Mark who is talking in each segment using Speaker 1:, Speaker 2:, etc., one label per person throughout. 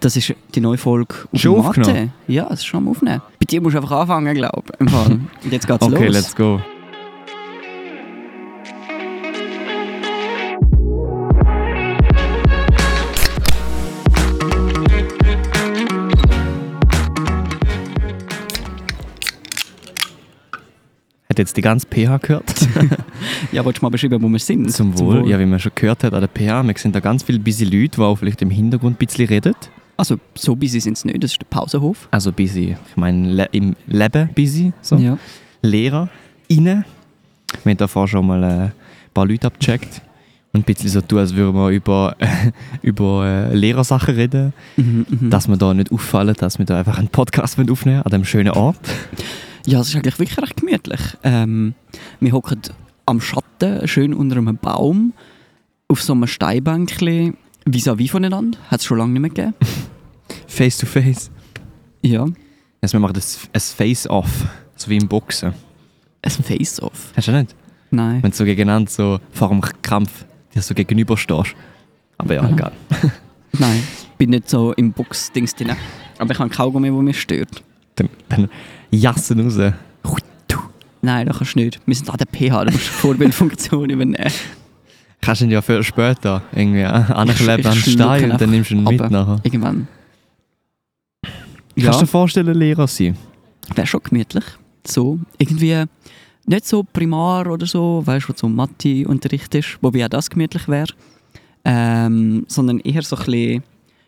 Speaker 1: Das ist die neue Folge auf
Speaker 2: Schon
Speaker 1: Mathe.
Speaker 2: aufgenommen?
Speaker 1: Ja, das ist schon am Aufnehmen. Bei dir musst du einfach anfangen, glaube ich. Und jetzt geht's
Speaker 2: Okay,
Speaker 1: los.
Speaker 2: let's go. Hat jetzt die ganze PH gehört?
Speaker 1: Ja, wolltest du mal beschreiben, wo wir sind?
Speaker 2: Zum Wohl. Ja, wie man schon gehört hat an der PH, wir sind da ganz viele busy Leute, die auch vielleicht im Hintergrund ein bisschen reden.
Speaker 1: Also, so busy sind sie nicht. Das ist der Pausenhof.
Speaker 2: Also busy, ich meine le im Leben busy. So.
Speaker 1: Ja.
Speaker 2: Lehrer innen. Wir haben davor schon mal äh, ein paar Leute abgecheckt und ein bisschen so tun, als würden wir über, über äh, Lehrersachen reden,
Speaker 1: Mhm, mhm.
Speaker 2: dass wir da nicht auffallen, dass wir da einfach einen Podcast wollen aufnehmen an dem schönen Ort.
Speaker 1: Ja, es ist eigentlich wirklich recht gemütlich. Ähm, wir hocken am Schatten, schön unter einem Baum, auf so einem Steinbänkli, vis-à-vis voneinander. Hat es schon lange nicht mehr gegeben.
Speaker 2: Face to face.
Speaker 1: Ja,
Speaker 2: Also wir machen das, ein Face-Off, so wie im Boxen.
Speaker 1: ein Face-Off.
Speaker 2: Hast du das nicht?
Speaker 1: Nein.
Speaker 2: Wenn du so gegeneinander so vor einem Kampf dir so gegenüberstehst. Aber ja,
Speaker 1: Aha.
Speaker 2: egal.
Speaker 1: Nein, ich bin nicht so im Box-Dings drin. Aber ich habe Kaugummi, wo mich stört.
Speaker 2: Dann, dann jassen raus.
Speaker 1: Nein, das kannst du nicht. Wir sind an der PH, du musst die Vorbildfunktion übernehmen.
Speaker 2: Kannst du ihn ja für später irgendwie äh,
Speaker 1: ich
Speaker 2: ankleben an den
Speaker 1: schluck ihn
Speaker 2: Stein und
Speaker 1: einfach
Speaker 2: dann nimmst du ihn mit
Speaker 1: runter.
Speaker 2: nachher.
Speaker 1: Irgendwann.
Speaker 2: Kannst du dir vorstellen, Lehrer sein?
Speaker 1: wäre schon gemütlich. So, irgendwie nicht so primar oder so, weißt du, wo so Mathe-Unterricht ist, wobei auch das gemütlich wäre, ähm, sondern eher so ein bisschen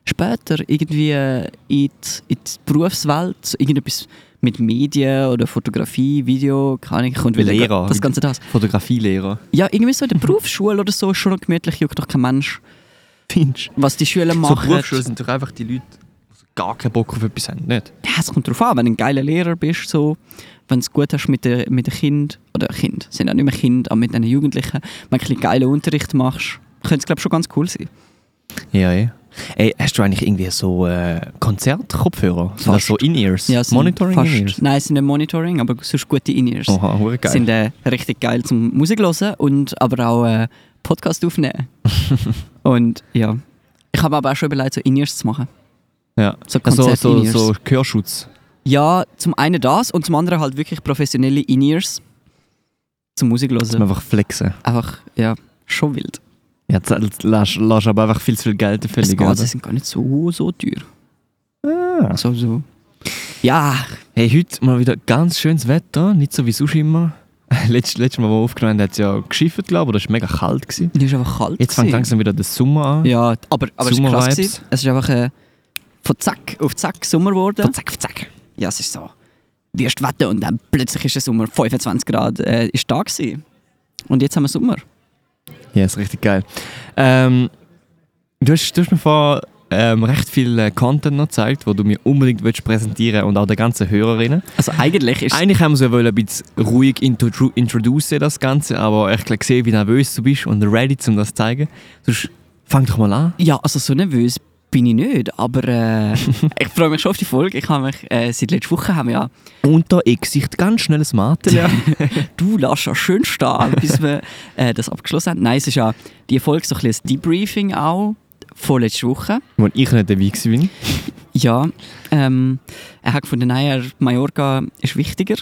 Speaker 1: später irgendwie in die, in die Berufswelt, so irgendetwas mit Medien oder Fotografie, Video, keine Ahnung, kommt wieder
Speaker 2: Lehrer.
Speaker 1: das ganze das.
Speaker 2: Fotografielehrer.
Speaker 1: Ja, irgendwie so in der Berufsschule oder so ist schon noch gemütlich, juckt doch kein Mensch,
Speaker 2: Findest
Speaker 1: was die Schüler
Speaker 2: du? So
Speaker 1: machen.
Speaker 2: Berufsschule sind doch einfach die Leute, die so gar keinen Bock auf etwas haben, nicht?
Speaker 1: Ja, es kommt drauf an, wenn du ein geiler Lehrer bist, so, wenn du es gut hast mit den mit den Kind oder Kind, es sind auch nicht mehr Kind, aber mit den Jugendlichen, wenn du ein bisschen geilen Unterricht machst, könnte es glaube schon ganz cool sein.
Speaker 2: Ja, ja. Ey, hast du eigentlich irgendwie so äh, Konzertkopfhörer? Sind
Speaker 1: Fast.
Speaker 2: das so In-Ears?
Speaker 1: Ja, es sind
Speaker 2: Monitoring
Speaker 1: fast-
Speaker 2: In-Ears?
Speaker 1: Nein, es sind nicht Monitoring, aber sonst gute In-Ears.
Speaker 2: Oha, hure geil.
Speaker 1: Sind äh, richtig geil zum Musik hören und aber auch äh, Podcast aufnehmen. und ja, ich habe aber auch schon überlegt, so In-Ears zu machen.
Speaker 2: ja.
Speaker 1: So
Speaker 2: Also,
Speaker 1: Konzert
Speaker 2: so,
Speaker 1: In-Ears.
Speaker 2: so Gehörschutz.
Speaker 1: Ja, zum einen das und zum anderen halt wirklich professionelle In-Ears zum Musik hören.
Speaker 2: Zum einfach flexen.
Speaker 1: Einfach, ja, schon wild.
Speaker 2: Ja, jetzt jetzt lässt lässt aber einfach viel zu viel Geld dafür
Speaker 1: Es
Speaker 2: liegen,
Speaker 1: geht,
Speaker 2: oder?
Speaker 1: sie sind gar nicht so, so teuer.
Speaker 2: Ah.
Speaker 1: So, so. Ja,
Speaker 2: Hey, heute mal wieder ganz schönes Wetter, nicht so wie sonst immer. Letzt, letztes Mal, wo wir aufgenommen haben, hat es ja geschifft, glaube ich, oder es war mega kalt. Gewesen.
Speaker 1: die ist einfach kalt.
Speaker 2: Jetzt fängt
Speaker 1: gewesen.
Speaker 2: langsam wieder der Sommer an.
Speaker 1: Ja, aber, aber es war krass.
Speaker 2: Sommer-Vibes.
Speaker 1: Gewesen. Es ist einfach äh, von Zack auf Zack Sommer geworden.
Speaker 2: Von Zack, von zack.
Speaker 1: Ja, es ist so. Wirst wetten und dann plötzlich ist der Sommer 25 Grad äh, ist da gewesen. Und jetzt haben wir Sommer.
Speaker 2: Ja, ist richtig geil. Ähm, du, hast, du hast mir vor ähm, recht viel äh, Content noch gezeigt, wo du mir unbedingt willst präsentieren und auch den ganzen Hörerinnen.
Speaker 1: Also eigentlich ist
Speaker 2: Eigentlich haben wir es ja wollen ein bisschen ruhig intro introducen, das Ganze, aber ich habe gesehen, wie nervös du bist und ready, um das zu zeigen. Sonst fang doch mal an.
Speaker 1: Ja, also so nervös bin ich nicht, aber äh, ich freue mich schon auf die Folge. Ich habe mich, äh, seit letzter Woche haben wir ja
Speaker 2: Unter X-Sicht ganz schnell das Mathe.
Speaker 1: du lässt ja schön stehen, bis wir äh, das abgeschlossen haben. Nein, es ist ja die Folge so ein bisschen ein Debriefing auch von letzter Woche.
Speaker 2: Wo ich nicht dabei war.
Speaker 1: Ja, ähm, er hat gefunden, nein, er- Mallorca ist wichtiger.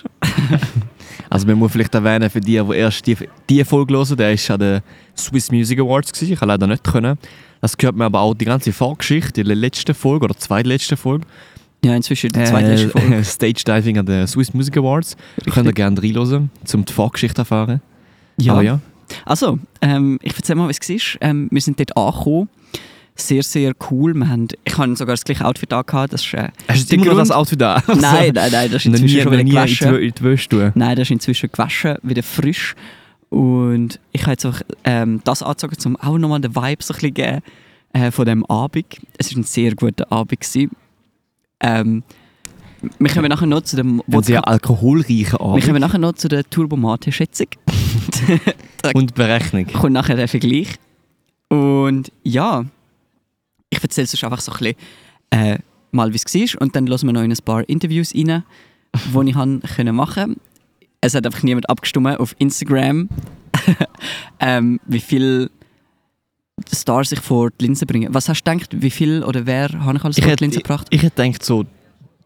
Speaker 2: Also man muss vielleicht erwähnen, für die, die erst die, die Folge hören, der war an den Swiss Music Awards, gewesen. ich konnte leider nicht. Können. Das gehört mir aber auch die ganze Vorgeschichte, die letzte Folge oder zweitletzte Folge.
Speaker 1: Ja, inzwischen die zweitletzte Folge.
Speaker 2: Äh, Stage Diving an den Swiss Music Awards. Könnt ihr gerne reinhören, um die Vorgeschichte erfahren. Aber ja.
Speaker 1: Ah, Also, ähm, ich erzähle mal, wie es war. Ähm, wir sind dort angekommen. Sehr, sehr cool. Wir haben, ich habe sogar das gleiche Outfit angehabt. Das ist, äh,
Speaker 2: Hast du
Speaker 1: der
Speaker 2: immer noch
Speaker 1: Grund-
Speaker 2: das Outfit da? Also,
Speaker 1: Nein, nein, nein, das ist inzwischen
Speaker 2: Noch nie,
Speaker 1: schon
Speaker 2: noch
Speaker 1: wieder
Speaker 2: nie in die
Speaker 1: gewaschen.
Speaker 2: Wö- in die Wäsche tun.
Speaker 1: Nein, das ist inzwischen gewaschen, wieder frisch. Und ich habe jetzt einfach ähm, das angezogen, um auch nochmal den Vibe so ein bisschen geben, äh, von diesem Abend. Es war ein sehr guter Abend. Gewesen. Ähm, wir kommen nachher noch zu dem
Speaker 2: Ein
Speaker 1: Wodka-
Speaker 2: sehr alkoholreicher
Speaker 1: wir
Speaker 2: Abend.
Speaker 1: kommen nachher noch zu der Turbomate-Schätzung.
Speaker 2: Und Berechnung.
Speaker 1: Genau. Kommt nachher der Vergleich. Und ja, ich erzähle es einfach so ein bisschen äh, mal, wie es war. Und dann hören wir noch in ein paar Interviews rein, die ich han können machen Es hat einfach niemand abgestimmt auf Instagram, ähm, wie viel Star sich vor die Linse bringen. Was hast du gedacht, wie viel oder wer habe ich alles
Speaker 2: Ich
Speaker 1: vor die
Speaker 2: hätte,
Speaker 1: Linse
Speaker 2: ich,
Speaker 1: gebracht?
Speaker 2: ich hätte gedacht, so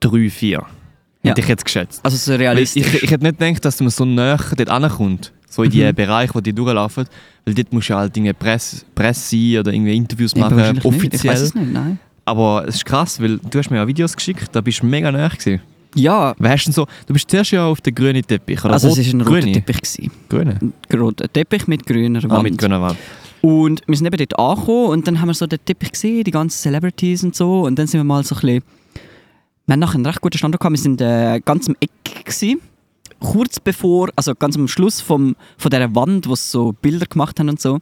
Speaker 2: drei, vier.
Speaker 1: Ja.
Speaker 2: Hätte ich jetzt geschätzt.
Speaker 1: Also so
Speaker 2: Weil ich,
Speaker 1: realistisch.
Speaker 2: ich hätte nicht gedacht, dass man so nah dort ankommt. So in die
Speaker 1: Mhm.
Speaker 2: Bereiche, wo die durchlaufen. Weil dort musst du halt irgendwie Presse, Presse sein oder irgendwie Interviews
Speaker 1: Eben
Speaker 2: machen,
Speaker 1: wahrscheinlich Nicht. Ich weiß
Speaker 2: offiziell.
Speaker 1: es nicht, nein.
Speaker 2: Aber es ist krass, weil du hast mir ja Videos geschickt, da bist du mega nah gewesen.
Speaker 1: Ja,
Speaker 2: Weißt du so, du bist zuerst ja auf den grünen Teppich. Oder
Speaker 1: also es
Speaker 2: rot-
Speaker 1: war ein roter
Speaker 2: grüne.
Speaker 1: Teppich. gewesen.
Speaker 2: Grüne.
Speaker 1: Ein Roter Teppich mit grüner Wand.
Speaker 2: Ah, mit grüner Wand.
Speaker 1: Und wir sind eben dort angekommen und dann haben wir so den Teppich gesehen, die ganzen Celebrities und so. Und dann sind wir mal so ein bisschen... Wir haben nachher einen recht guten Standort gehabt. Wir sind äh, ganz am Eck gewesen. Kurz bevor, also ganz am Schluss vom, von dieser Wand, wo sie so Bilder gemacht haben und so,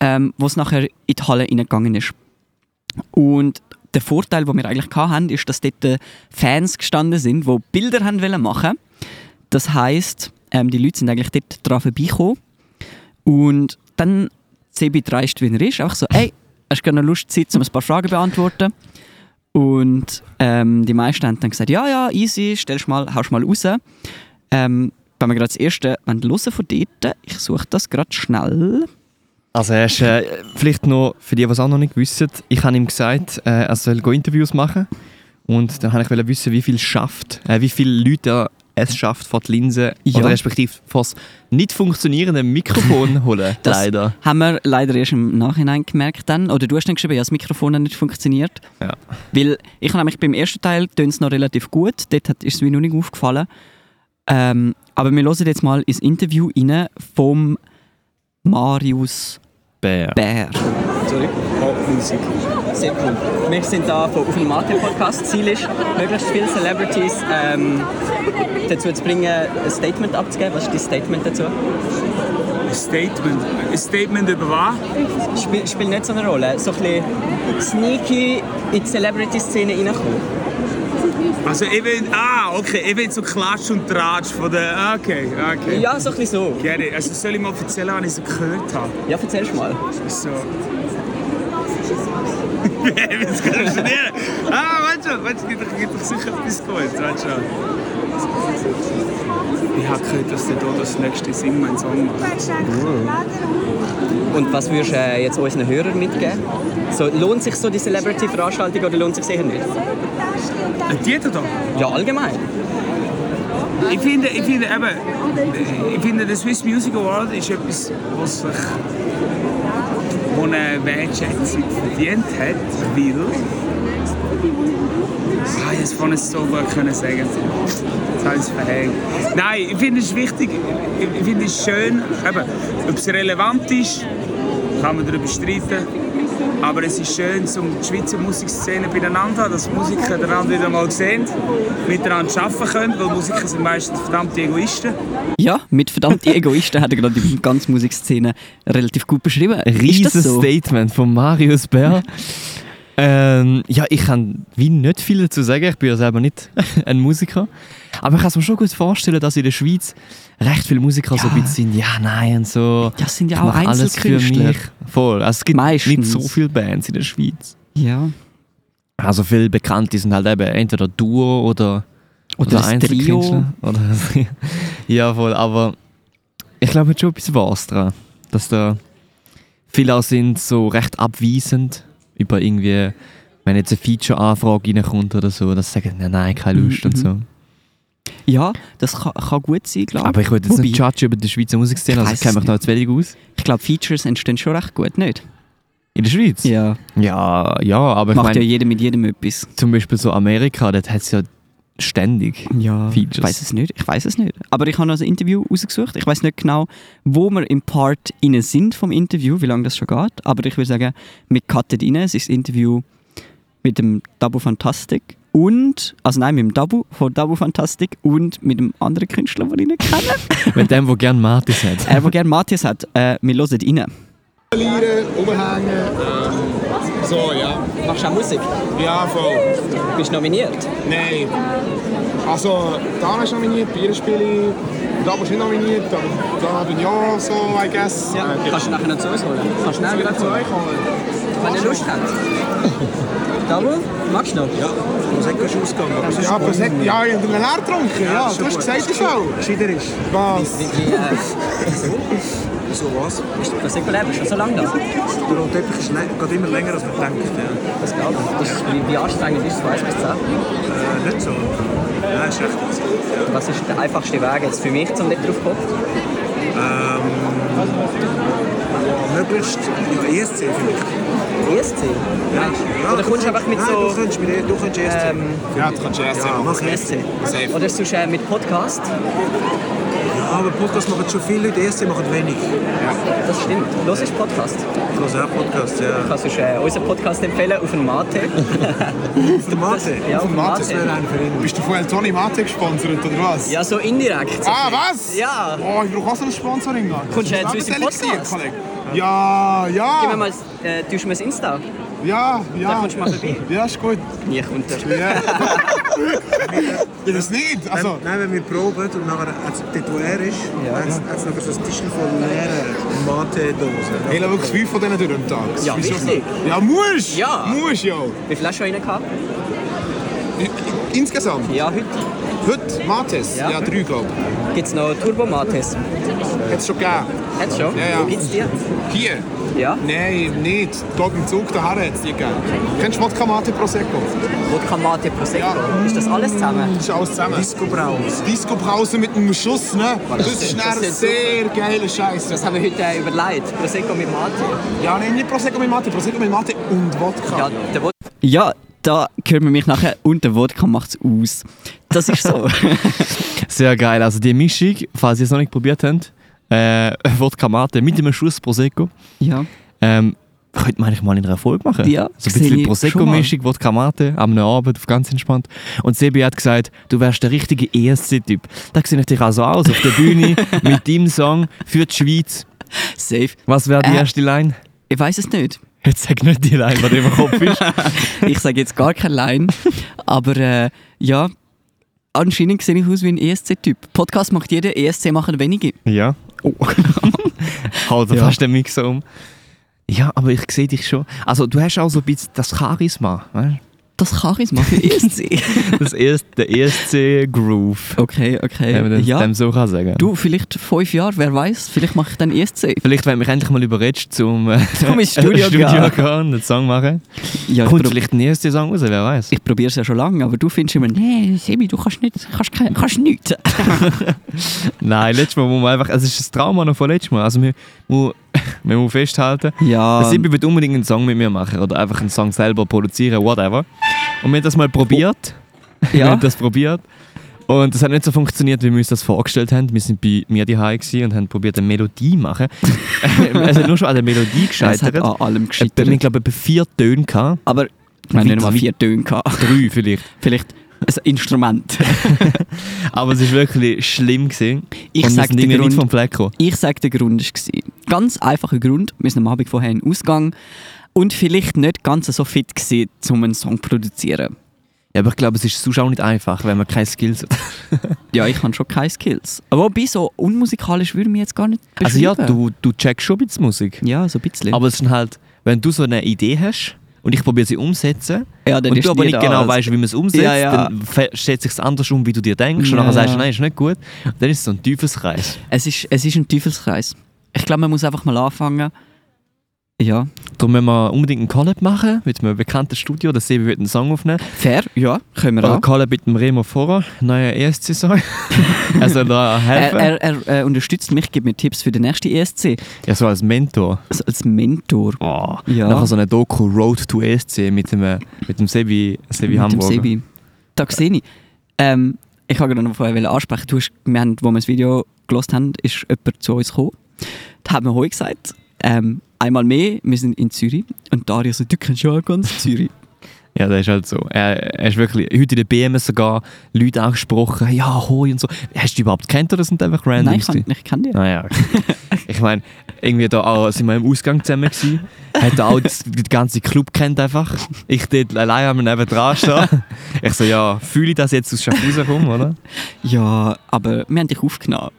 Speaker 1: ähm, wo es nachher in die Halle reingegangen ist. Und der Vorteil, den wir eigentlich hatten, ist, dass dort äh, Fans gestanden sind, die Bilder haben wollen machen Das heisst, ähm, die Leute sind eigentlich dort dran vorbeigekommen. Und dann Sebi dreist, wie er ist, einfach so, hey, hast du gerne noch Lust, Zeit, um ein paar Fragen zu beantworten? Und ähm, die meisten haben dann gesagt, ja, ja, easy, stellst mal, haust mal raus. Ähm, wenn wir gerade das erste wenn hören von dort, ich suche das gerade schnell.
Speaker 2: Also er ist, äh, vielleicht noch, für die, die es auch noch nicht wissen, ich habe ihm gesagt, äh, er soll go Interviews machen und dann wollte ich wissen, wie viel schafft, äh, wie viele Leute er es schafft, vor die Linse
Speaker 1: Ja.
Speaker 2: oder respektive vor das nicht funktionierende Mikrofon holen,
Speaker 1: Das-
Speaker 2: leider.
Speaker 1: Haben wir leider erst im Nachhinein gemerkt dann, oder du hast dann geschrieben, ja, das Mikrofon hat nicht funktioniert.
Speaker 2: Ja.
Speaker 1: Weil ich habe nämlich beim ersten Teil tönt es noch relativ gut, dort hat, ist es mir noch nicht aufgefallen. Ähm, aber wir hören jetzt mal ins Interview rein vom Marius
Speaker 2: Bär.
Speaker 1: Bär. Sorry. Oh, Musik. Sehr cool. Wir sind da von auf dem Mate-Podcast. Ziel ist, möglichst viele Celebrities ähm, dazu zu bringen, ein Statement abzugeben. Was ist dein Statement dazu?
Speaker 3: Ein Statement. Ein Statement über was?
Speaker 1: Spiel, spielt nicht so eine Rolle. So ein bisschen sneaky in die Celebrity-Szene reinkommen.
Speaker 3: Also ich bin, ah, okay, ich bin so Klatsch und Tratsch von der, okay, okay.
Speaker 1: Ja, so ein bisschen so.
Speaker 3: Get it. Also soll ich mal erzählen, was ich so gehört habe? Also.
Speaker 1: Ja, erzählst mal.
Speaker 3: So. Jetzt kannst du nicht. Ah, warte schon, warte, gibt doch, gibt doch sicher etwas Gutes, warte schon. Ich habe gehört, dass der Dodo das nächste Sing meinen Song macht.
Speaker 1: Und was würdest du äh, jetzt unseren Hörern mitgeben? So, lohnt sich so die Celebrity-Veranstaltung oder lohnt sich sicher nicht?
Speaker 3: Äh, Die da?
Speaker 1: Ja, allgemein.
Speaker 3: Ich finde, ich finde eben, ich finde, der Swiss Music Award ist etwas, was sich wo eine Wertschätzung verdient hat, weil... Ah, ich hätte es vorhin so gut können sagen Jetzt habe ich es verhängt. Nein, ich finde es wichtig, ich finde es schön, eben, ob es relevant ist, kann man darüber streiten. Aber es ist schön, um die Schweizer Musikszene beieinander zu haben, dass die Musiker einander wieder mal sehen, miteinander arbeiten können, weil Musiker sind meistens verdammte Egoisten.
Speaker 1: Ja, mit verdammten Egoisten hat er gerade die ganze Musikszene relativ gut beschrieben. Ist das
Speaker 2: Riesen
Speaker 1: so?
Speaker 2: Statement von Marius Bär. ähm, ja, ich kann wie nicht viel dazu sagen. Ich bin ja selber nicht ein Musiker. Aber ich kann es mir schon gut vorstellen, dass in der Schweiz recht viele Musiker so ein bisschen sind. Ja, nein, und so.
Speaker 1: Ja, es sind ja
Speaker 2: ich
Speaker 1: auch
Speaker 2: mach alles für
Speaker 1: Einzelkünstler.
Speaker 2: mich. Voll. Also es gibt nicht
Speaker 1: Meistens.
Speaker 2: so viele Bands in der Schweiz.
Speaker 1: Ja.
Speaker 2: Also viele Bekannte sind halt eben entweder Duo oder,
Speaker 1: Oder ein Trio.
Speaker 2: Einzelkünstler. Oder, ja, voll. Aber ich glaube, hat schon etwas Wahres dran. Dass da viele auch sind so recht abweisend über irgendwie, wenn jetzt eine Feature-Anfrage reinkommt oder so, dass sie sagen, nein, nein, keine Lust
Speaker 1: Mhm,
Speaker 2: und so.
Speaker 1: Ja, das kann, kann gut sein, glaube ich.
Speaker 2: Aber ich würde jetzt nicht
Speaker 1: Wobei-
Speaker 2: judgen über die Schweizer Musikszene,
Speaker 1: Ich
Speaker 2: also ich
Speaker 1: weiss
Speaker 2: kenne mich
Speaker 1: es
Speaker 2: da zu wenig aus.
Speaker 1: Ich glaube, Features entstehen schon recht gut, nicht?
Speaker 2: In der Schweiz?
Speaker 1: Ja.
Speaker 2: Ja, ja, aber ich
Speaker 1: Macht
Speaker 2: meine,
Speaker 1: ja jeder mit jedem etwas.
Speaker 2: zum Beispiel so Amerika, dort hat es ja ständig.
Speaker 1: Ja.
Speaker 2: Features.
Speaker 1: Ich weiß es nicht. Ich weiß es nicht. Aber ich habe noch ein Interview rausgesucht. Ich weiß nicht genau, wo wir im Part inne sind vom Interview, wie lange das schon geht. Aber ich würde sagen, wir cutten rein. Es ist das Interview mit dem Dabu Fantastic und, also nein, mit dem Dabu von Dabu Fantastic und mit dem anderen Künstler, den ich nicht kenne.
Speaker 2: Mit dem, der gerne Martis hat.
Speaker 1: er, der gerne Matthias hat. Äh, wir hören rein.
Speaker 4: verlieren, umhängen. so, Ehm, ja.
Speaker 1: Machst du auch Musik?
Speaker 4: Ja, voll.
Speaker 1: Bist nominiert?
Speaker 4: Nein. Also, Dana ist nominiert, Bier spiele ich. Da bist du nicht nominiert, aber da bin ich auch so, I guess. Äh,
Speaker 1: du nachher noch zu uns holen? Kannst
Speaker 4: Ich bin zu euch kommen.
Speaker 1: wenn ihr Lust habt. Dabu, magst du noch? Ja.
Speaker 4: Ja, aber es hat, ja, ich habe ihn leer getrunken. Ja, du hast gesagt, es auch.
Speaker 3: Scheider ist.
Speaker 4: Was?
Speaker 1: Wie, wie, äh,
Speaker 5: wieso was.
Speaker 6: Ist das Säkulär schon so lange da?
Speaker 5: Der rote Teppich ist lä- geht immer länger, als man denkt. Ja.
Speaker 6: Das glaube ich. Das ist, wie, wie anstrengend ist es von 1 bis 10?
Speaker 5: Äh, nicht so. Nein, ist echt nicht so. Ja.
Speaker 6: Was ist der einfachste Weg jetzt für mich, um nicht drauf zu kommen?
Speaker 5: Möglichst mit der ESC vielleicht.
Speaker 6: ESC?
Speaker 5: Ja. Ja,
Speaker 6: Oder kommst du einfach mit
Speaker 5: nein,
Speaker 6: so-
Speaker 5: Du kannst, mit, du kannst ESC.
Speaker 6: Ähm, E
Speaker 4: Ja, das kannst du erst
Speaker 5: ja,
Speaker 4: machen.
Speaker 5: mach E ESC.
Speaker 6: ESC.
Speaker 4: Safe.
Speaker 6: Oder sonst äh, mit Podcast?
Speaker 5: Aber Podcast machen schon viele Leute, ESC machen wenig.
Speaker 6: Das stimmt. Los ist Podcast.
Speaker 5: Ich höre auch Podcasts,
Speaker 6: Ich
Speaker 5: ja.
Speaker 6: kann sonst äh, unseren Podcast empfehlen auf dem Mate.
Speaker 5: Auf der Mate.
Speaker 6: Ja, auf dem
Speaker 5: Das wäre
Speaker 6: Mate.
Speaker 5: einer für ihn.
Speaker 4: Bist du von Tony Mate gesponsert, oder was?
Speaker 6: Ja, so indirekt.
Speaker 4: Ah, was?
Speaker 6: Ja.
Speaker 4: Oh, ich brauche auch so ein Sponsoring. Mann.
Speaker 6: Kommst du jetzt
Speaker 4: Das
Speaker 6: zu
Speaker 4: ist
Speaker 6: unserem
Speaker 4: ehrlich
Speaker 6: Podcast?
Speaker 4: gesagt, Kollege. Ja,
Speaker 6: Gib mir
Speaker 4: ja,
Speaker 6: mal, äh, tust du mir das
Speaker 4: Ah.
Speaker 6: Insta?
Speaker 4: ja,
Speaker 6: Dann
Speaker 4: ja.
Speaker 6: kommst du mal vorbei.
Speaker 4: Ja, ist gut.
Speaker 6: Nie kommt er.
Speaker 4: Ja. das nicht.
Speaker 5: Wenn-
Speaker 4: Also,
Speaker 5: Nein, wenn wir proben und nachher hat's- dort, wo er ist,
Speaker 6: Ja.
Speaker 5: hat es noch so ein Tischchen voll leeren Mate-Dosen.
Speaker 4: ich habe wirklich fünf von denen durch am Tag.
Speaker 6: Ja,
Speaker 4: Wieso
Speaker 6: wichtig.
Speaker 4: so? Ja, musst.
Speaker 6: Ja.
Speaker 4: Musst, ja.
Speaker 6: Wie viel hast du schon rein gehabt?
Speaker 4: Insgesamt.
Speaker 6: Ja, heute.
Speaker 4: Heute Mates.
Speaker 6: Ja.
Speaker 4: Ja, drei, glaube ich.
Speaker 6: Gibt es noch Turbo Mates?
Speaker 4: Hat es schon gegeben.
Speaker 6: Hat's schon?
Speaker 4: Ja, ja.
Speaker 6: Wo gibt's die?
Speaker 4: Hier?
Speaker 6: Ja.
Speaker 4: Nein, nicht. Dort im Zug daher hat es die gegeben. Kennst du Wodka Mate Prosecco?
Speaker 6: Wodka Mate Prosecco.
Speaker 4: Ja.
Speaker 6: Ist das alles zusammen?
Speaker 4: Das ist alles zusammen.
Speaker 5: Disco Braus.
Speaker 4: Disco-Pause mit einem Schuss, ne? Das ist
Speaker 6: das
Speaker 4: nachher
Speaker 6: sind
Speaker 4: sehr geile Scheiße.
Speaker 6: Das haben wir heute äh, überlegt. Prosecco mit Mate.
Speaker 4: Ja, nein, nicht Prosecco mit Mate, Prosecco mit Mate und
Speaker 6: Ja,
Speaker 4: Wodka.
Speaker 6: der Wod
Speaker 1: Ja, da hört man mich nachher und der Wodka macht es aus. Das ist so.
Speaker 2: Sehr geil. Also die Mischung, falls ihr es noch nicht probiert habt, äh, Wodka Mate mit einem Schuss Prosecco,
Speaker 1: ja.
Speaker 2: ähm, könnte man eigentlich mal in einer Folge machen.
Speaker 1: Ja,
Speaker 2: so
Speaker 1: sehe
Speaker 2: ein bisschen
Speaker 1: ich schon mal.
Speaker 2: Prosecco-Mischung, Wodka Mate, am Abend, auf ganz entspannt. Und Sebi hat gesagt, du wärst der richtige ESC-Typ. Da sehe ich dich also aus, auf der Bühne, mit deinem Song für die Schweiz.
Speaker 1: Safe.
Speaker 2: Was wäre die
Speaker 1: Äh.
Speaker 2: erste Line?
Speaker 1: Ich weiß es nicht.
Speaker 2: Jetzt sag nicht die Line, die dir im Kopf ist.
Speaker 1: Ich sage jetzt gar keine Line. Aber äh, ja, anscheinend sehe ich aus wie ein ESC-Typ. Podcast macht jeder, ESC machen wenige.
Speaker 2: Ja. Oh. halt
Speaker 1: Ja.
Speaker 2: fast den Mix um. Ja, aber ich sehe dich schon. Also du hast auch so ein bisschen das Charisma, weißt?
Speaker 1: Das kann E ich mal für ESC.
Speaker 2: du? Das erste, der erste Groove,
Speaker 1: okay,
Speaker 2: wenn
Speaker 1: okay.
Speaker 2: man das
Speaker 1: Ja.
Speaker 2: dem so kann sagen.
Speaker 1: Du, vielleicht fünf Jahre, wer weiß, vielleicht mache ich dann E ESC.
Speaker 2: Vielleicht, wenn du mich endlich mal überredest, zum äh,
Speaker 1: Zum ins Studio
Speaker 2: Studio
Speaker 1: gehen.
Speaker 2: gehen und einen Song machen.
Speaker 1: Ja, ich
Speaker 2: Kommt
Speaker 1: prob-
Speaker 2: vielleicht ein erster Song raus, wer weiß.
Speaker 1: ich probiere es ja schon lange, aber du findest immer, nee, Sebi, du kannst nicht, kannst, kein- kannst nichts.
Speaker 2: Nein, letztes Mal muss man einfach, es ist ein Trauma noch von letztes Mal. Also wir, mu- wir müssen festhalten,
Speaker 1: Ja.
Speaker 2: dass Sibi wird unbedingt einen Song mit mir machen oder einfach einen Song selber produzieren, whatever. Und wir haben das mal probiert. Wir
Speaker 1: ja.
Speaker 2: haben das probiert. Und das hat nicht so funktioniert, wie wir uns das vorgestellt haben. Wir sind bei mir die gsi und haben probiert, eine Melodie zu machen. es hat nur schon an der Melodie
Speaker 1: Es hat
Speaker 2: gescheitert.
Speaker 1: an allem
Speaker 2: Etwa- Wir
Speaker 1: gescheitert.
Speaker 2: glaube etwa vier Töne gehabt.
Speaker 1: Aber ich meine, nicht mal
Speaker 2: Wie-
Speaker 1: vier Töne gehabt.
Speaker 2: Drei vielleicht.
Speaker 1: Vielleicht ein Instrument.
Speaker 2: Aber es ist wirklich schlimm gewesen.
Speaker 1: Ich
Speaker 2: und wir
Speaker 1: sag
Speaker 2: sind
Speaker 1: dir
Speaker 2: irgendwie
Speaker 1: Grund.
Speaker 2: nicht vom Fleck gekommen.
Speaker 1: Ich sage, der Grund war ganz einfacher Grund. Wir sind am Abend vorher in Ausgang und vielleicht nicht ganz so fit gewesen, um einen Song zu produzieren.
Speaker 2: Ja, aber ich glaube, es ist sonst auch nicht einfach, wenn man keine Skills hat.
Speaker 1: Ja, ich habe schon keine Skills. Wobei, so unmusikalisch würde ich mich jetzt gar nicht
Speaker 2: Also ja,
Speaker 1: beschreiben.
Speaker 2: du, du checkst schon ein bisschen Musik.
Speaker 1: Ja, so ein bisschen.
Speaker 2: Aber es sind halt, wenn du so eine Idee hast und ich probiere sie umsetzen
Speaker 1: Ja, dann
Speaker 2: und
Speaker 1: ist
Speaker 2: du aber
Speaker 1: die
Speaker 2: nicht
Speaker 1: da.
Speaker 2: genau weißt, wie man es umsetzt,
Speaker 1: Ja, ja.
Speaker 2: dann fe- schätzt sich es anders um, wie du dir denkst und
Speaker 1: Ja,
Speaker 2: nachher sagst
Speaker 1: ja.
Speaker 2: du, nein, ist nicht gut. Und dann ist es so ein Teufelskreis.
Speaker 1: es, ist, es ist ein Teufelskreis. Ich glaube, man muss einfach mal anfangen. Ja,
Speaker 2: Darum müssen wir unbedingt einen Collab machen mit einem bekannten Studio, das Sebi wird einen Song aufnehmen.
Speaker 1: fair, ja, können wir
Speaker 2: Oder
Speaker 1: auch.
Speaker 2: Collab mit dem Remo Fora, neuer E ESC-Song. also da
Speaker 1: Er,
Speaker 2: helfen.
Speaker 1: er, er, äh, unterstützt mich, gibt mir Tipps für den nächsten ESC.
Speaker 2: ja, so als Mentor.
Speaker 1: Also als Mentor.
Speaker 2: Oh.
Speaker 1: Ja.
Speaker 2: Nachher so eine Doku Road to ESC mit dem, äh, mit dem Sebi, Sebi
Speaker 1: mit
Speaker 2: Hamburger.
Speaker 1: dem Sebi. Da sehe ich. Ähm, ich wollte gerade noch vorher ansprechen. Du hast, wir haben, als wir das Video gelost haben, ist jemand zu uns gekommen. Da haben wir heute gesagt, ähm, einmal mehr, wir sind in Zürich. Und Dario so, du kennst ja auch ganz Zürich.
Speaker 2: Ja, das ist halt so. Er, er ist wirklich heute in der BMS sogar Leute angesprochen, ja, hoi und so. Hast du die überhaupt kennt oder sind die einfach random?
Speaker 1: Nein, ich, kann, ich kenne dich.
Speaker 2: Naja. ich meine, irgendwie da auch, sind wir im Ausgang zusammen gewesen, hat er auch das- den ganzen Club kennt einfach. Ich dort allein am neben dran stehen. Ich so, ja, fühle ich das jetzt aus Schaffhausen komme, oder?
Speaker 1: Ja, aber wir haben dich aufgenommen.